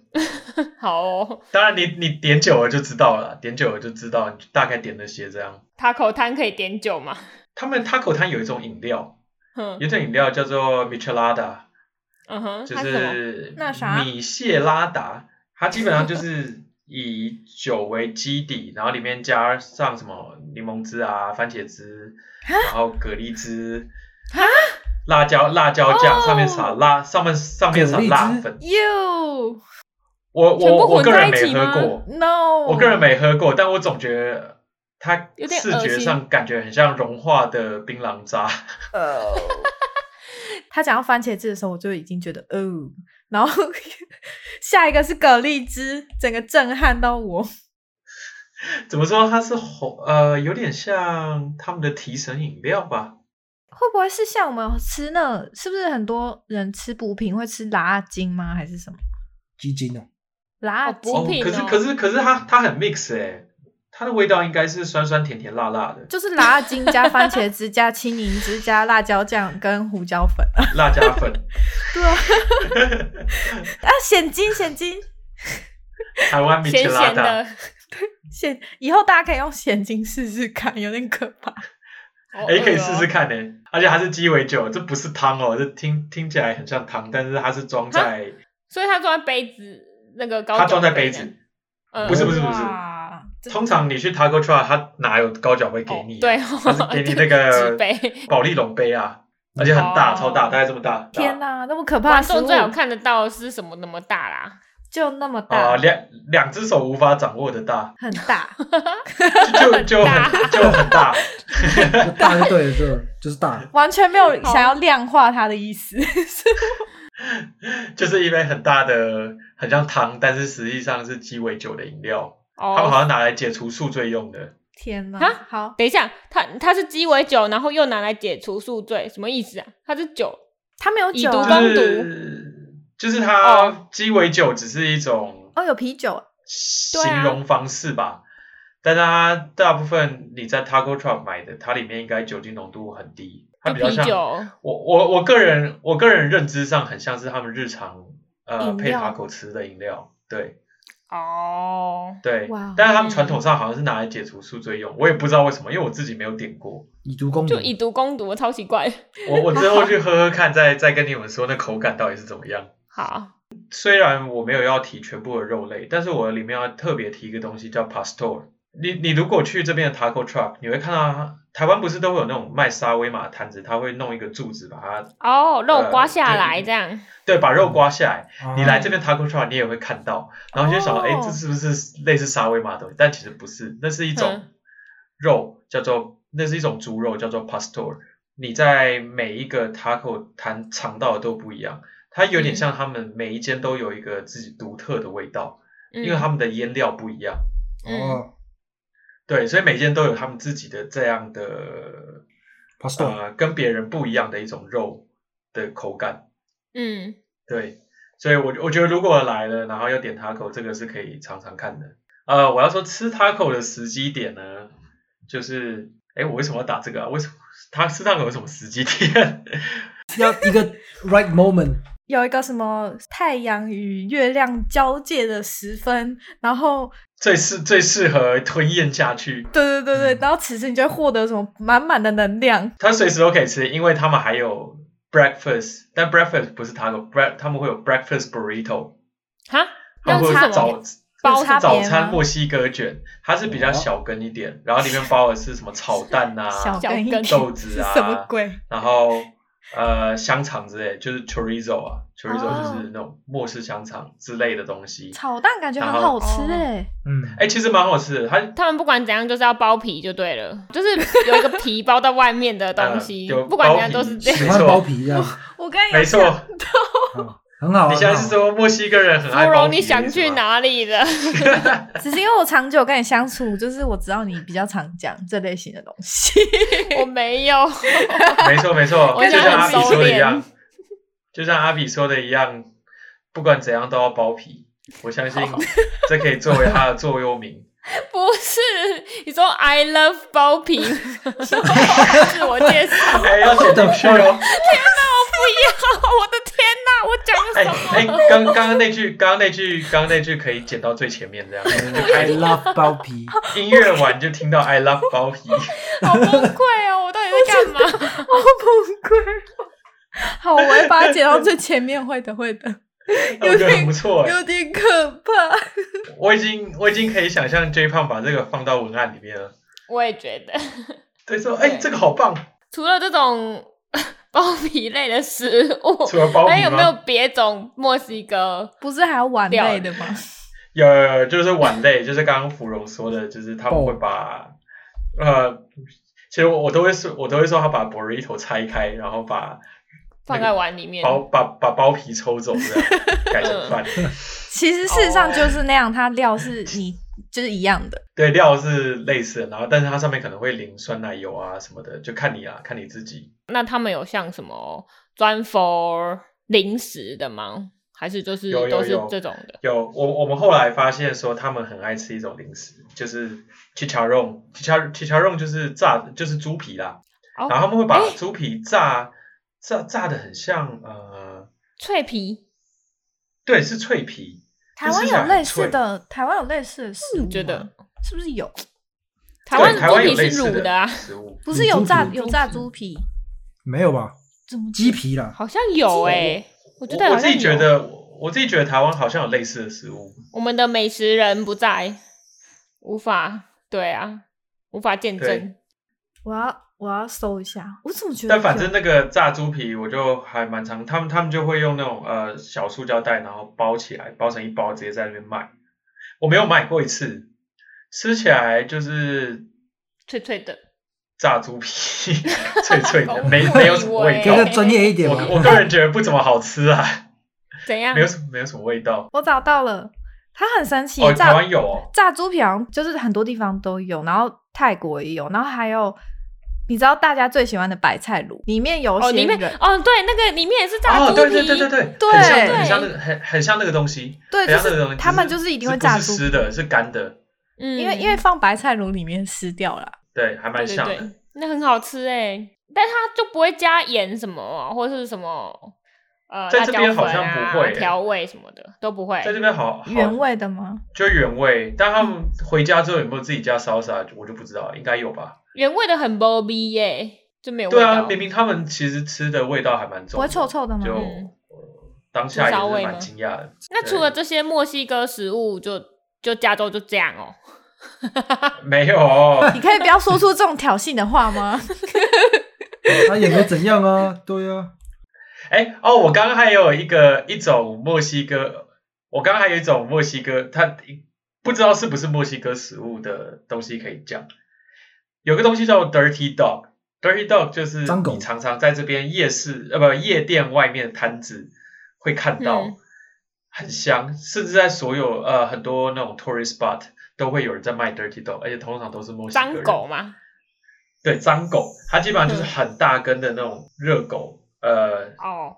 Speaker 2: 好哦。
Speaker 1: 当然你你点久了就知道了，点久了就知道你大概点那些这样。
Speaker 2: 塔口摊可以点酒吗？
Speaker 1: 他们 taco 摊有一种饮料，
Speaker 2: 哼
Speaker 1: 有一种饮料叫做 Michelada，
Speaker 2: 嗯哼，
Speaker 1: 就
Speaker 2: 它什么？
Speaker 1: 是
Speaker 3: 那啥
Speaker 1: 米谢拉达，它基本上就是以酒为基底，然后里面加上什么柠檬汁啊、番茄汁，然后蛤蜊汁，辣椒辣椒酱，上面
Speaker 2: 哦
Speaker 1: 撒辣，上面上面撒
Speaker 4: 蛤蜊
Speaker 1: 辣
Speaker 4: 汁
Speaker 1: 粉。
Speaker 3: <laughs> You
Speaker 1: 我
Speaker 2: 全部
Speaker 1: 我我
Speaker 2: 混
Speaker 1: 个
Speaker 2: 在
Speaker 1: 人
Speaker 2: 一
Speaker 1: 没
Speaker 2: 起
Speaker 1: 喝
Speaker 2: 吗
Speaker 1: 过，
Speaker 3: no，
Speaker 1: 我个人没喝过，但我总觉得它
Speaker 2: 有点
Speaker 1: 视
Speaker 2: 恶
Speaker 1: 觉
Speaker 2: 心
Speaker 1: 上感觉很像融化的槟榔渣。 <laughs>
Speaker 3: <laughs> 哦。他讲到番茄汁的时候，我就已经觉得哦，然后下一个是蛤蜊汁，整个震撼到我。
Speaker 1: 怎么说？它是红呃，有点像他们的提神饮料吧？
Speaker 3: 会不会是像我们吃那，是不是很多人吃补品会吃辣精吗？还是什么
Speaker 4: 鸡精哦，
Speaker 3: 辣
Speaker 2: 哦
Speaker 3: 精？
Speaker 2: 补
Speaker 1: 哦，
Speaker 2: 品
Speaker 1: 可是
Speaker 2: 哦
Speaker 1: 可是可是它它很 mix 哎、它的味道应该是酸酸甜甜辣辣的，
Speaker 3: 就是辣精加番茄汁加青柠汁加辣椒酱跟胡椒
Speaker 1: <laughs>
Speaker 3: 粉。
Speaker 1: 辣加粉。
Speaker 3: 对啊，啊，现金现金
Speaker 1: 台湾米其
Speaker 2: 咸
Speaker 1: 拉
Speaker 2: 咸
Speaker 1: 达
Speaker 2: 的，
Speaker 3: 现，以后大家可以用现金试试看，有点可怕。
Speaker 2: 好
Speaker 1: 哎，可以
Speaker 2: 饿哦
Speaker 1: 试试看呢、而且它是鸡尾酒，这不是汤哦，这听听起来很像汤，但是它是装在
Speaker 2: 所以它装在杯子那个高，
Speaker 1: 它装在杯子，，
Speaker 2: 嗯
Speaker 1: 不是不是不是
Speaker 3: 哇，这
Speaker 1: 通常你去 Taco Truck，它哪有高脚杯给
Speaker 2: 哦
Speaker 1: 你、啊
Speaker 2: 对
Speaker 1: 它是
Speaker 2: 哦， <laughs>
Speaker 1: 给你那个
Speaker 2: 纸杯。
Speaker 1: 保利龙杯啊，而且很大，
Speaker 2: 哦
Speaker 1: 超大，大概这么大。
Speaker 3: 天哪，那么可怕
Speaker 2: 观
Speaker 3: 的食
Speaker 2: 众最好
Speaker 3: 物
Speaker 2: 看得到的是什么那么大啦？
Speaker 3: 就那么
Speaker 1: 啊、
Speaker 3: 大，
Speaker 1: 两两只手无法掌握的
Speaker 3: <laughs>
Speaker 1: 大，
Speaker 3: 很
Speaker 1: <laughs>
Speaker 3: 大，
Speaker 1: 就就就很就很大。 <laughs>
Speaker 4: 就大就对了，就就是大。
Speaker 3: 完全没有想要量化它的意思。 <laughs>
Speaker 1: 就是一杯很大的，很像汤，但是实际上是鸡尾酒的饮料，他们好
Speaker 2: 哦，
Speaker 1: 像拿来解除宿醉用的。
Speaker 3: 天哪
Speaker 2: 啊，
Speaker 3: 好，
Speaker 2: 等一下，它它是鸡尾酒，然后又拿来解除宿醉，什么意思啊？它是酒
Speaker 3: 他没有
Speaker 2: 以
Speaker 3: 酒
Speaker 2: 毒
Speaker 3: 啊
Speaker 2: 攻
Speaker 1: 就是就是它鸡尾酒只是一种
Speaker 3: 哦，有啤酒，
Speaker 2: 对啊
Speaker 1: 形容方式吧，但它大部分你在 Taco Truck 买的，它里面应该酒精浓度很低，它
Speaker 2: 就
Speaker 1: 比较
Speaker 2: 啤
Speaker 1: 像
Speaker 2: 酒，
Speaker 1: 我我我个人我个人认知上很像是他们日常呃
Speaker 3: 饮
Speaker 1: 配
Speaker 3: 料
Speaker 1: taco 吃的饮料，对。
Speaker 2: 哦，
Speaker 1: 对
Speaker 3: 哇，
Speaker 1: 但是他们传统上好像是拿来解除宿醉用，我也不知道为什么，因为我自己没有点过。
Speaker 4: 以毒攻毒
Speaker 2: 就，以毒攻毒，超奇怪。
Speaker 1: 我我之后去喝喝看，再再跟你们说那口感到底是怎么样。
Speaker 2: 好，
Speaker 1: 虽然我没有要提全部的肉类，但是我里面要特别提一个东西叫 pastor。你你如果去这边的 taco truck，你会看到它台湾不是都会有那种卖沙威玛的摊子，他会弄一个柱子把它
Speaker 2: 哦，肉
Speaker 1: 呃
Speaker 2: 刮下
Speaker 1: 对
Speaker 2: 来这样，
Speaker 1: 对把肉刮下来。
Speaker 4: 啊
Speaker 1: 你来
Speaker 2: 哦
Speaker 1: 这边 taco truck，你也会看到，然后你就想，
Speaker 3: 哦
Speaker 1: 哎、这是不是类似沙威玛的东西？但其实不是，那是一种
Speaker 2: 嗯
Speaker 1: 肉，叫做那是一种猪肉，叫做 pastor。你在每一个 taco 摊尝到的都不一样，它有点
Speaker 2: 嗯
Speaker 1: 像他们每一间都有一个自己独特的味道，
Speaker 2: 嗯
Speaker 1: 因为他们的腌料不一样，
Speaker 4: 哦
Speaker 1: 对，所以每间都有他们自己的这样的
Speaker 4: ，pasta，
Speaker 1: 呃跟别人不一样的一种肉的口感。
Speaker 2: 嗯，
Speaker 1: 对，所以我我觉得如果来了，然后要点 taco，这个是可以尝尝看的。呃，我要说吃 taco 的时机点呢，就是，哎，我为什么要打这个啊？为什么他吃 taco 有什么时机点？ <laughs>
Speaker 4: 要一个 right moment，
Speaker 3: 有一个什么太阳与月亮交界的时分，然后
Speaker 1: 最适最适合吞咽下去，
Speaker 3: 对对对对，
Speaker 4: 嗯
Speaker 3: 然后此时你就会获得什么满满的能量。
Speaker 1: 它随时都可以吃，因为他们还有 breakfast，但 breakfast 不是 taco，break 他们会有 breakfast burrito，
Speaker 2: 嗯哈，
Speaker 1: 他
Speaker 2: 那
Speaker 1: 们会
Speaker 2: 是
Speaker 1: 有
Speaker 2: 什
Speaker 1: 早
Speaker 2: 么？包
Speaker 3: 有差
Speaker 1: 早
Speaker 3: 别吗
Speaker 1: 餐墨西哥卷，它是比较小根一点，然后里面包的是什么炒蛋啊、
Speaker 3: 小根一
Speaker 2: 小根
Speaker 1: 豆子
Speaker 3: 是
Speaker 1: 啊
Speaker 3: 什么鬼？
Speaker 1: 然后呃香肠之类，就是 chorizo 啊，chorizo
Speaker 3: 哦
Speaker 1: 就是那种末世香肠之类的东西。
Speaker 3: 炒蛋感觉很
Speaker 1: 然后
Speaker 3: 好吃哎、
Speaker 4: 嗯，
Speaker 1: 哎、其实蛮好吃的，它
Speaker 2: 他们不管怎样就是要包皮就对了，就是有一个皮包到外面的东西，
Speaker 1: 呃有
Speaker 2: 不管怎样都是这
Speaker 1: 没
Speaker 2: 样。
Speaker 1: 错
Speaker 4: 喜欢包皮这样，
Speaker 3: 我刚才有
Speaker 1: 没错。
Speaker 3: 想
Speaker 4: 啊很好。
Speaker 1: 你现在是
Speaker 4: 很好
Speaker 1: 说墨西哥人很爱
Speaker 2: 芙
Speaker 1: 包
Speaker 2: 蓉，
Speaker 1: 皮？
Speaker 2: 你想去？哪里了？
Speaker 3: 只是因为我长久跟你相处，就是我知道你比较常讲这类型的东西。 <laughs>
Speaker 2: 我没
Speaker 1: <laughs>
Speaker 2: 有，
Speaker 1: 没错没错，
Speaker 2: <laughs> 我
Speaker 1: 就
Speaker 2: 想
Speaker 1: 像阿
Speaker 2: 很
Speaker 1: 比说的一
Speaker 2: 收
Speaker 1: 样，就像阿比说的一样，不管怎样都要包皮。我相信这可以作为他的座右
Speaker 2: <laughs>
Speaker 1: 铭。
Speaker 2: 不是。你说 I love 包皮， <laughs> 自我介绍。
Speaker 1: 哎、要剪进去哦。
Speaker 2: 我的天哪，我讲了
Speaker 1: 哎
Speaker 2: 什么？
Speaker 1: 哎，刚刚刚那句，刚刚那句，刚刚那句可以剪到最前面这样。
Speaker 2: <laughs>
Speaker 4: I love 包皮，
Speaker 1: 音乐完就听到 I love 包皮。
Speaker 2: 好崩溃哦！我到底
Speaker 1: <laughs>
Speaker 2: 在干嘛？
Speaker 3: 我崩溃哦了。好，我会把它剪到最前面，会的，会的，有
Speaker 1: 我觉得
Speaker 3: 点
Speaker 1: 很不错哎、
Speaker 3: 有点可怕。
Speaker 1: 我已经我已经可以想象 J 胖把这个放到文案里面了。
Speaker 2: 我也觉得，
Speaker 1: 对，说哎、
Speaker 2: 对
Speaker 1: 这个好棒，
Speaker 2: 除了这种 <laughs> 包皮类的食物，
Speaker 1: 除了包皮吗
Speaker 2: <laughs> 还哎有没有别种墨西哥？
Speaker 3: 不是还有碗类的吗？
Speaker 1: 有有有，就是碗类， <coughs> 就是刚刚芙蓉说的，就是他们会把呃，其实我我都会说，我都会说他把 burrito 拆开，然后把
Speaker 2: 放在碗里面，
Speaker 1: 包把把包皮抽走，这样改成
Speaker 2: <laughs>
Speaker 1: 饭。
Speaker 2: 嗯
Speaker 3: 其实事实上就是那样，它料是你就是一样的。
Speaker 1: 对，料是类似的，然后但是它上面可能会淋酸奶油啊什么的，就看你啊，看你自己。
Speaker 2: 那他们有像什么专 for 零食的吗？还是就是
Speaker 1: 有有
Speaker 2: 都是
Speaker 1: 有
Speaker 2: 这种的？
Speaker 1: 有我我们后来发现说，他们很爱吃一种零食，就是 chicharron，chicharron 就是炸，就是猪皮啦。
Speaker 2: 哦
Speaker 1: 然后他们会把
Speaker 2: 诶
Speaker 1: 猪皮炸炸炸的很像呃，
Speaker 2: 脆皮，
Speaker 1: 对，是脆皮。
Speaker 3: 台湾有类似的，台湾有类似的食物吗，
Speaker 2: 觉得
Speaker 3: 是不是有？
Speaker 2: 台
Speaker 1: 嗯对
Speaker 2: 湾
Speaker 1: 台湾
Speaker 2: 猪
Speaker 1: 有
Speaker 2: 皮
Speaker 1: 类
Speaker 2: 是
Speaker 1: 似
Speaker 2: 卤的啊，
Speaker 1: 食物，
Speaker 3: 不是有炸
Speaker 4: 猪皮
Speaker 3: 有炸猪皮？
Speaker 4: 没有吧？
Speaker 3: 怎么
Speaker 4: 鸡皮啦，
Speaker 2: 好像有哎、我觉得
Speaker 1: 我
Speaker 2: 好
Speaker 1: 我自
Speaker 2: 像
Speaker 1: 己觉
Speaker 2: 有。
Speaker 1: 得，我我自己觉得台湾好像有类似的食物。
Speaker 2: 我们的美食人不在，无法对啊，无法见证
Speaker 1: 对。
Speaker 3: 我要我要搜一下，我怎么觉得
Speaker 1: 但
Speaker 3: 有？
Speaker 1: 反正那个炸猪皮，我就还蛮常，他们他们就会用那种呃小塑胶袋，然后包起来，包成一包，直接在那边卖。我没有买过一次，吃起来就是
Speaker 2: 脆脆的，
Speaker 1: 炸猪皮， <laughs> 脆脆的，
Speaker 3: <laughs>
Speaker 2: 好
Speaker 1: 没
Speaker 2: 贵
Speaker 1: 没有什
Speaker 3: 哦
Speaker 1: 么味
Speaker 2: 喂
Speaker 4: 可以
Speaker 1: 道
Speaker 4: 再。专业一点吗？
Speaker 1: 我我个人觉得不怎么好吃啊，
Speaker 2: 怎
Speaker 3: 嗯
Speaker 2: 样
Speaker 1: 没？有什么没有什么味道。
Speaker 3: 我找到了，它很神奇，
Speaker 1: 哦，台
Speaker 3: 炸
Speaker 1: 湾有哦，
Speaker 3: 炸猪皮好像就是很多地方都有，然后泰国也有，然后还有你知道大家最喜欢的白菜卤，里面有
Speaker 2: 哦，
Speaker 3: 些
Speaker 2: 里面
Speaker 3: 人、
Speaker 2: 哦，对，那个里面也是炸
Speaker 1: 哦，
Speaker 2: 猪皮，
Speaker 1: 对对对对对，
Speaker 3: 对
Speaker 1: 很像很像那个很很像那个东西，
Speaker 3: 对，
Speaker 1: 很
Speaker 3: 就
Speaker 1: 像那个
Speaker 3: 是
Speaker 1: 东西。
Speaker 3: 他们
Speaker 1: 只
Speaker 3: 就是一
Speaker 1: 只
Speaker 3: 定会
Speaker 1: 不
Speaker 3: 炸
Speaker 1: 是
Speaker 3: 猪皮，
Speaker 1: 湿的，是干的，
Speaker 2: 嗯，
Speaker 3: 因为因为放白菜卤里面湿掉了。
Speaker 1: 对，还蛮
Speaker 2: 对对
Speaker 1: 像的
Speaker 2: 对。，那很好吃哎，但它就不会加盐什么啊或是什么呃
Speaker 1: 在
Speaker 2: 辣
Speaker 1: 这
Speaker 2: 椒
Speaker 1: 边好
Speaker 2: 粉
Speaker 1: 像
Speaker 2: 啊
Speaker 1: 不会欸
Speaker 2: 调味什么的都不会，
Speaker 1: 在这边好好
Speaker 3: 原味的吗？
Speaker 1: 就原味，但他
Speaker 3: 嗯
Speaker 1: 们回家之后有没有自己加 salsa，我就不知道，应该有吧。
Speaker 2: 原味的很 b 逼耶，就没有味
Speaker 1: 对啊，
Speaker 2: 道
Speaker 1: 明。明他们其实吃的味道还蛮重的，
Speaker 3: 不会臭臭的吗
Speaker 1: 就、
Speaker 2: 嗯
Speaker 1: 呃当下
Speaker 2: 至少
Speaker 1: 也
Speaker 2: 味
Speaker 1: 是
Speaker 2: 吗
Speaker 1: 蛮惊讶的。 <laughs>
Speaker 2: 那除了这些墨西哥食物，就就加州就这样哦。
Speaker 1: 没有，我
Speaker 3: 你可以不要说出这种挑衅的话吗？
Speaker 4: 他也没怎样啊，对啊，
Speaker 1: 哎哦，我刚刚还有一个一种墨西哥，我刚刚还有一种墨西哥，它不知道是不是墨西哥食物的东西可以讲。有个东西叫 dirty dog，dirty dog 就是
Speaker 4: 脏狗
Speaker 1: 你常常在这边夜市呃不夜店外面的摊子会看到
Speaker 2: 嗯，
Speaker 1: 很香，甚至在所有呃很多那种 tourist spot 都会有人在卖 dirty dog，而且通常都是墨西哥
Speaker 2: 脏
Speaker 1: 人。
Speaker 2: 狗嘛，
Speaker 1: 对脏狗，它基本上就是
Speaker 2: 嗯
Speaker 1: 很大根的那种热狗，呃，
Speaker 2: 哦，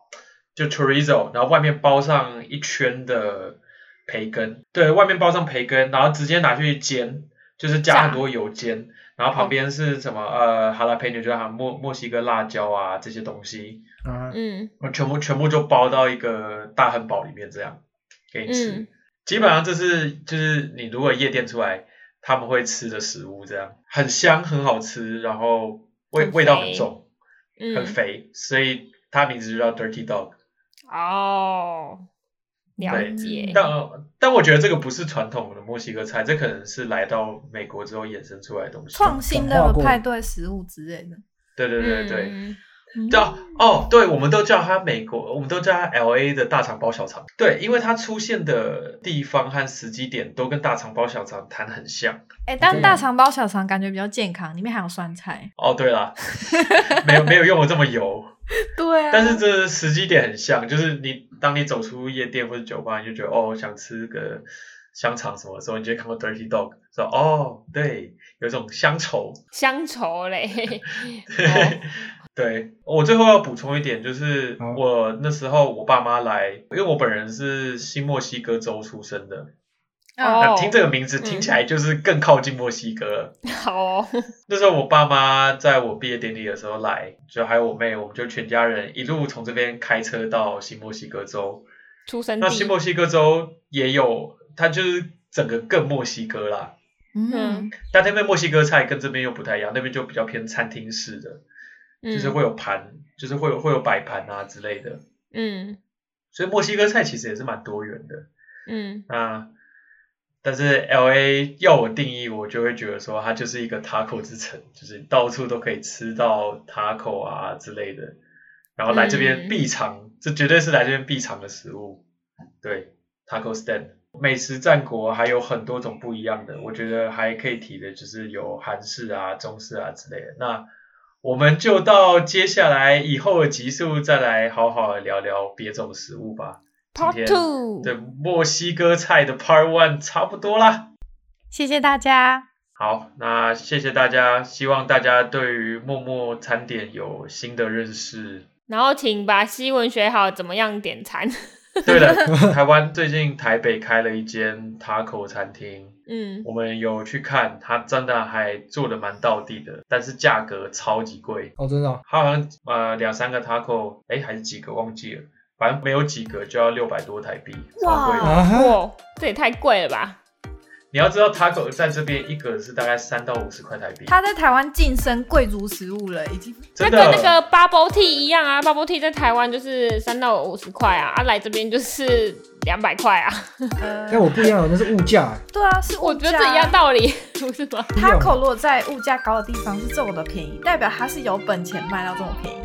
Speaker 1: 就 chorizo，然后外面包上一圈的培根，对外面包上培根，然后直接拿去煎，就是加
Speaker 2: 炸哦
Speaker 1: 很多油煎，然后旁边是什么、呃哈拉佩牛，就是还有墨墨西哥辣椒啊这些东西，
Speaker 4: 啊，
Speaker 2: 嗯
Speaker 1: 我全部全部就包到一个大汉堡里面这样给你吃。
Speaker 2: 嗯，
Speaker 1: 基本上这是就是你如果夜店出来他们会吃的食物，这样很香很好吃，然后味
Speaker 2: 很
Speaker 1: 味道很
Speaker 2: 肥
Speaker 1: 重，
Speaker 2: 嗯
Speaker 1: 很肥，所以它名字就叫 Dirty Dog。
Speaker 2: 哦，了
Speaker 1: 对
Speaker 2: 解。
Speaker 1: 但呃但我觉得这个不是传统的墨西哥菜，这可能是来到美国之后衍生出来的东西。
Speaker 3: 创新
Speaker 4: 转化
Speaker 3: 的
Speaker 4: 过
Speaker 3: 派对食物之类的。
Speaker 1: 对对对对。
Speaker 2: 嗯
Speaker 3: 嗯
Speaker 1: 对啊，哦，对，我们都叫它美国，我们都叫它 L A 的大肠包小肠。对，因为它出现的地方和时机点都跟大肠包小肠谈很像。
Speaker 3: 哎、但
Speaker 4: 对
Speaker 3: 大肠包小肠感觉比较健康，里面还有酸菜。
Speaker 1: 哦，对啦，没有没有用的这么油，
Speaker 3: 对啊
Speaker 1: 但是这时机点很像，就是你当你走出夜店或者酒吧，你就觉得哦，想吃个香肠什么的时候，你就会看过 Dirty Dog，说哦，对，有一种乡愁。
Speaker 2: 乡
Speaker 1: <laughs>
Speaker 2: 愁嘞，哦
Speaker 1: 对我最后要补充一点，就是
Speaker 4: 好
Speaker 1: 我那时候我爸妈来，因为我本人是新墨西哥州出生的，
Speaker 3: 嗯
Speaker 1: 那
Speaker 2: 哦
Speaker 1: 听这个名字
Speaker 2: 嗯
Speaker 1: 听起来就是更靠近墨西哥了。
Speaker 2: 好哦，
Speaker 1: 那时候我爸妈在我毕业典礼的时候来，就还有我妹，我们就全家人一路从这边开车到新墨西哥州。
Speaker 2: 出生地
Speaker 1: 那新墨西哥州也有，它就是整个更墨西哥啦。
Speaker 3: 嗯，
Speaker 1: 但那边墨西哥菜跟这边又不太一样，那边就比较偏餐厅式的，就是会有盘，就是会有会有摆盘啊之类的。
Speaker 2: 嗯
Speaker 1: 所以墨西哥菜其实也是蛮多元的。
Speaker 2: 嗯
Speaker 1: 那但是 L A 要我定义，我就会觉得说它就是一个 taco 之城，就是到处都可以吃到 taco 啊之类的，然后来这边
Speaker 2: 嗯
Speaker 1: 必尝，这绝对是来这边必尝的食物。对，taco stand 美食战国还有很多种不一样的，我觉得还可以提的就是有韩式啊、中式啊之类的。那我们就到接下来以后的集数再来好好地聊聊别种食物吧。今
Speaker 2: Part
Speaker 1: 天
Speaker 2: Two，
Speaker 1: 对，墨西哥菜的 Part One 差不多啦。
Speaker 3: 谢谢大家，
Speaker 1: 好，那谢谢大家，希望大家对于默默餐点有新的认
Speaker 2: <laughs>
Speaker 1: 识。
Speaker 2: 然后请把西文学好，怎么样点餐？ <laughs>
Speaker 1: 对了，台湾最近台北开了一间 taco 餐厅，
Speaker 2: 嗯，
Speaker 1: 我们有去看，它真的还做的蛮到地的，但是价格超级贵，
Speaker 4: 哦，真的哦、
Speaker 1: 它好像呃两三个 taco，哎还是几个忘记了，反正没有几个就要六百多台币，超
Speaker 2: 嗯
Speaker 1: 贵的。
Speaker 4: 啊哈，
Speaker 2: 哇，这也太贵了吧！
Speaker 1: 你要知道 taco 在这边一个是大概三到五十块台币，
Speaker 3: 他在台湾晋升贵族食物了，已经。
Speaker 1: 真
Speaker 2: 那
Speaker 1: 的
Speaker 2: 跟那个 Bubble Tea 一样啊，Bubble Tea 在台湾就是三到五十块啊，啊来这边就是两百块啊，
Speaker 3: 呃，
Speaker 4: 但我不一样，那是物价欸，
Speaker 3: 对啊，是
Speaker 2: 我
Speaker 3: 物
Speaker 2: 觉得
Speaker 3: 价
Speaker 2: 这一样。道理， <laughs> 不是吗？
Speaker 4: 一
Speaker 3: 他
Speaker 4: 样
Speaker 3: 口如果在物价高的地方是这么的便宜，代表他是有本钱卖到这么便宜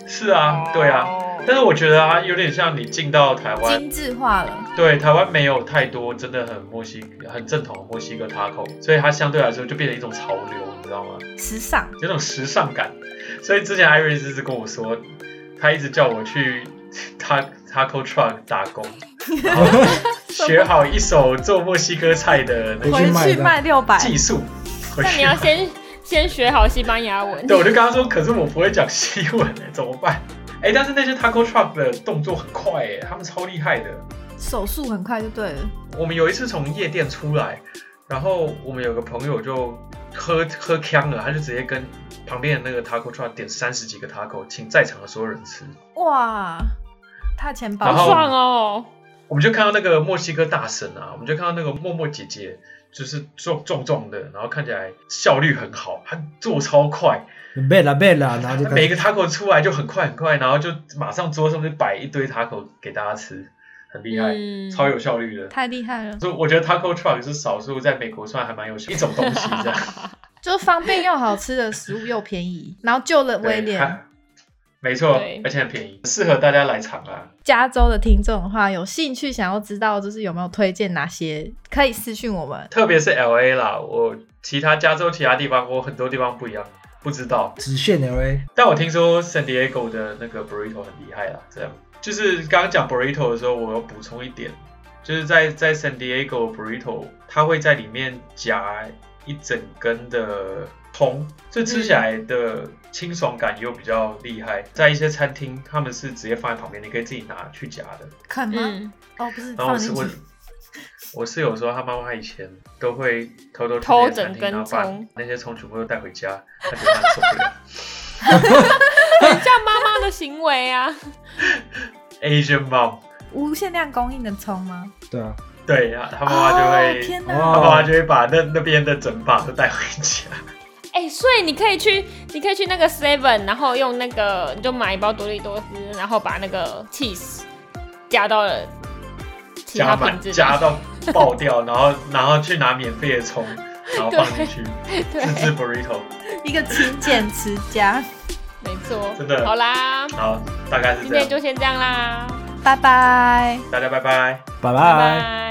Speaker 3: 的，
Speaker 1: 是啊，对啊。
Speaker 2: 哦
Speaker 1: 但是我觉得啊，有点像你进到台湾，
Speaker 3: 精致化了。
Speaker 1: 对台湾没有太多真的很墨西很正统的墨西哥 taco，所以它相对来说就变成一种潮流，你知道吗？
Speaker 3: 时尚，
Speaker 1: 有种时尚感。所以之前艾瑞斯一直跟我说，他一直叫我去 ta taco truck 打工，然后学好一手做墨西哥菜的那个
Speaker 4: 回去
Speaker 3: 回
Speaker 4: 卖的
Speaker 3: 去卖六百，
Speaker 1: 技术。回
Speaker 2: <laughs> 那你
Speaker 1: 去
Speaker 2: 要先先学好西班牙
Speaker 1: <laughs>
Speaker 2: 文
Speaker 1: 对，，我就跟他说，可是我不会讲西文、欸，怎么办？哎、但是那些 taco truck 的动作很快、欸，他们超厉害的。
Speaker 3: 手速很快就对了。
Speaker 1: 我们有一次从夜店出来，然后我们有个朋友就喝喝呛了，他就直接跟旁边的那个 taco truck 点三十几个 taco，请在场的所有人吃。
Speaker 3: 哇，他钱包
Speaker 1: 然
Speaker 2: 好
Speaker 1: 后
Speaker 2: 爽哦！
Speaker 1: 我们就看到那个墨西哥大神啊，我们就看到那个默默姐姐，就是壮壮壮的，然后看起来效率很好，她做超快，
Speaker 4: 背啦背啦，然后就
Speaker 1: 她
Speaker 4: 开
Speaker 1: 每
Speaker 4: 始
Speaker 1: 个 taco 出来就很快很快，然后就马上桌上就摆一堆 taco 给大家吃，很厉害，
Speaker 2: 嗯
Speaker 1: 超有效率的。
Speaker 3: 太厉害了，
Speaker 1: 所以我觉得 taco truck 是少数在美国算还蛮有效一种东西这样。
Speaker 3: 就方便又好吃的食物又便宜，然后救了
Speaker 1: 对啊
Speaker 3: 威廉。
Speaker 1: 还没错
Speaker 2: 对，
Speaker 1: 而且很便宜，适合大家来尝啊。
Speaker 3: 加州的听众的话，有兴趣想要知道就是有没有推荐哪些，可以私讯我们。
Speaker 1: 特别是 L A 啦，我其他加州其他地方我很多地方不一样，不知道。
Speaker 4: 直线 L A，
Speaker 1: 但我听说 San Diego 的那个 burrito 很厉害啦，这样。就是刚刚讲 burrito 的时候，我要补充一点，就是在在 San Diego burrito，它会在里面夹一整根的葱，就吃起来的清爽感又比较厉害。在一些餐厅，他们是直接放在旁边，你可以自己拿去夹的。
Speaker 3: 肯吗？
Speaker 2: 嗯，
Speaker 3: 哦，不是，
Speaker 1: 然后
Speaker 3: 放
Speaker 1: 我
Speaker 3: 进
Speaker 1: 是
Speaker 3: 去
Speaker 1: 我。 <laughs> 我室友说，他妈妈以前都会偷偷去
Speaker 2: 偷
Speaker 1: 那些餐
Speaker 2: 整
Speaker 1: 厅
Speaker 2: 根
Speaker 1: 然后把
Speaker 2: 葱
Speaker 1: 那些葱全部都带回家，他觉得他很受不了。
Speaker 2: 很像妈妈的行为啊。
Speaker 1: Asian mom，
Speaker 3: 无限量供应的葱吗？
Speaker 4: 对啊，
Speaker 1: 对，他他妈妈就
Speaker 3: 哦、
Speaker 1: 会，
Speaker 3: 天
Speaker 1: 他
Speaker 3: 哪！
Speaker 1: 妈妈
Speaker 4: 哦，
Speaker 1: 就会把那那边的整把都带回家。
Speaker 2: 哎、所以你可以去，你可以去那个 Seven，然后用那个你就买一包多利多斯，然后把那个 cheese 加到了其他
Speaker 1: 加
Speaker 2: 瓶
Speaker 1: 满
Speaker 2: 子里，
Speaker 1: 加到爆掉，然后然后去拿免费的葱，然后放进去
Speaker 2: 对，
Speaker 1: 自制 burrito。
Speaker 3: 一个勤俭持家，
Speaker 2: 没错，
Speaker 1: 真的
Speaker 2: 好啦，
Speaker 1: 好，大概是
Speaker 2: 今
Speaker 1: 这
Speaker 2: 天就
Speaker 1: 样，
Speaker 2: 先这样啦，
Speaker 3: 拜拜。
Speaker 1: 大家拜拜。
Speaker 2: 拜
Speaker 4: 拜拜。
Speaker 2: 拜。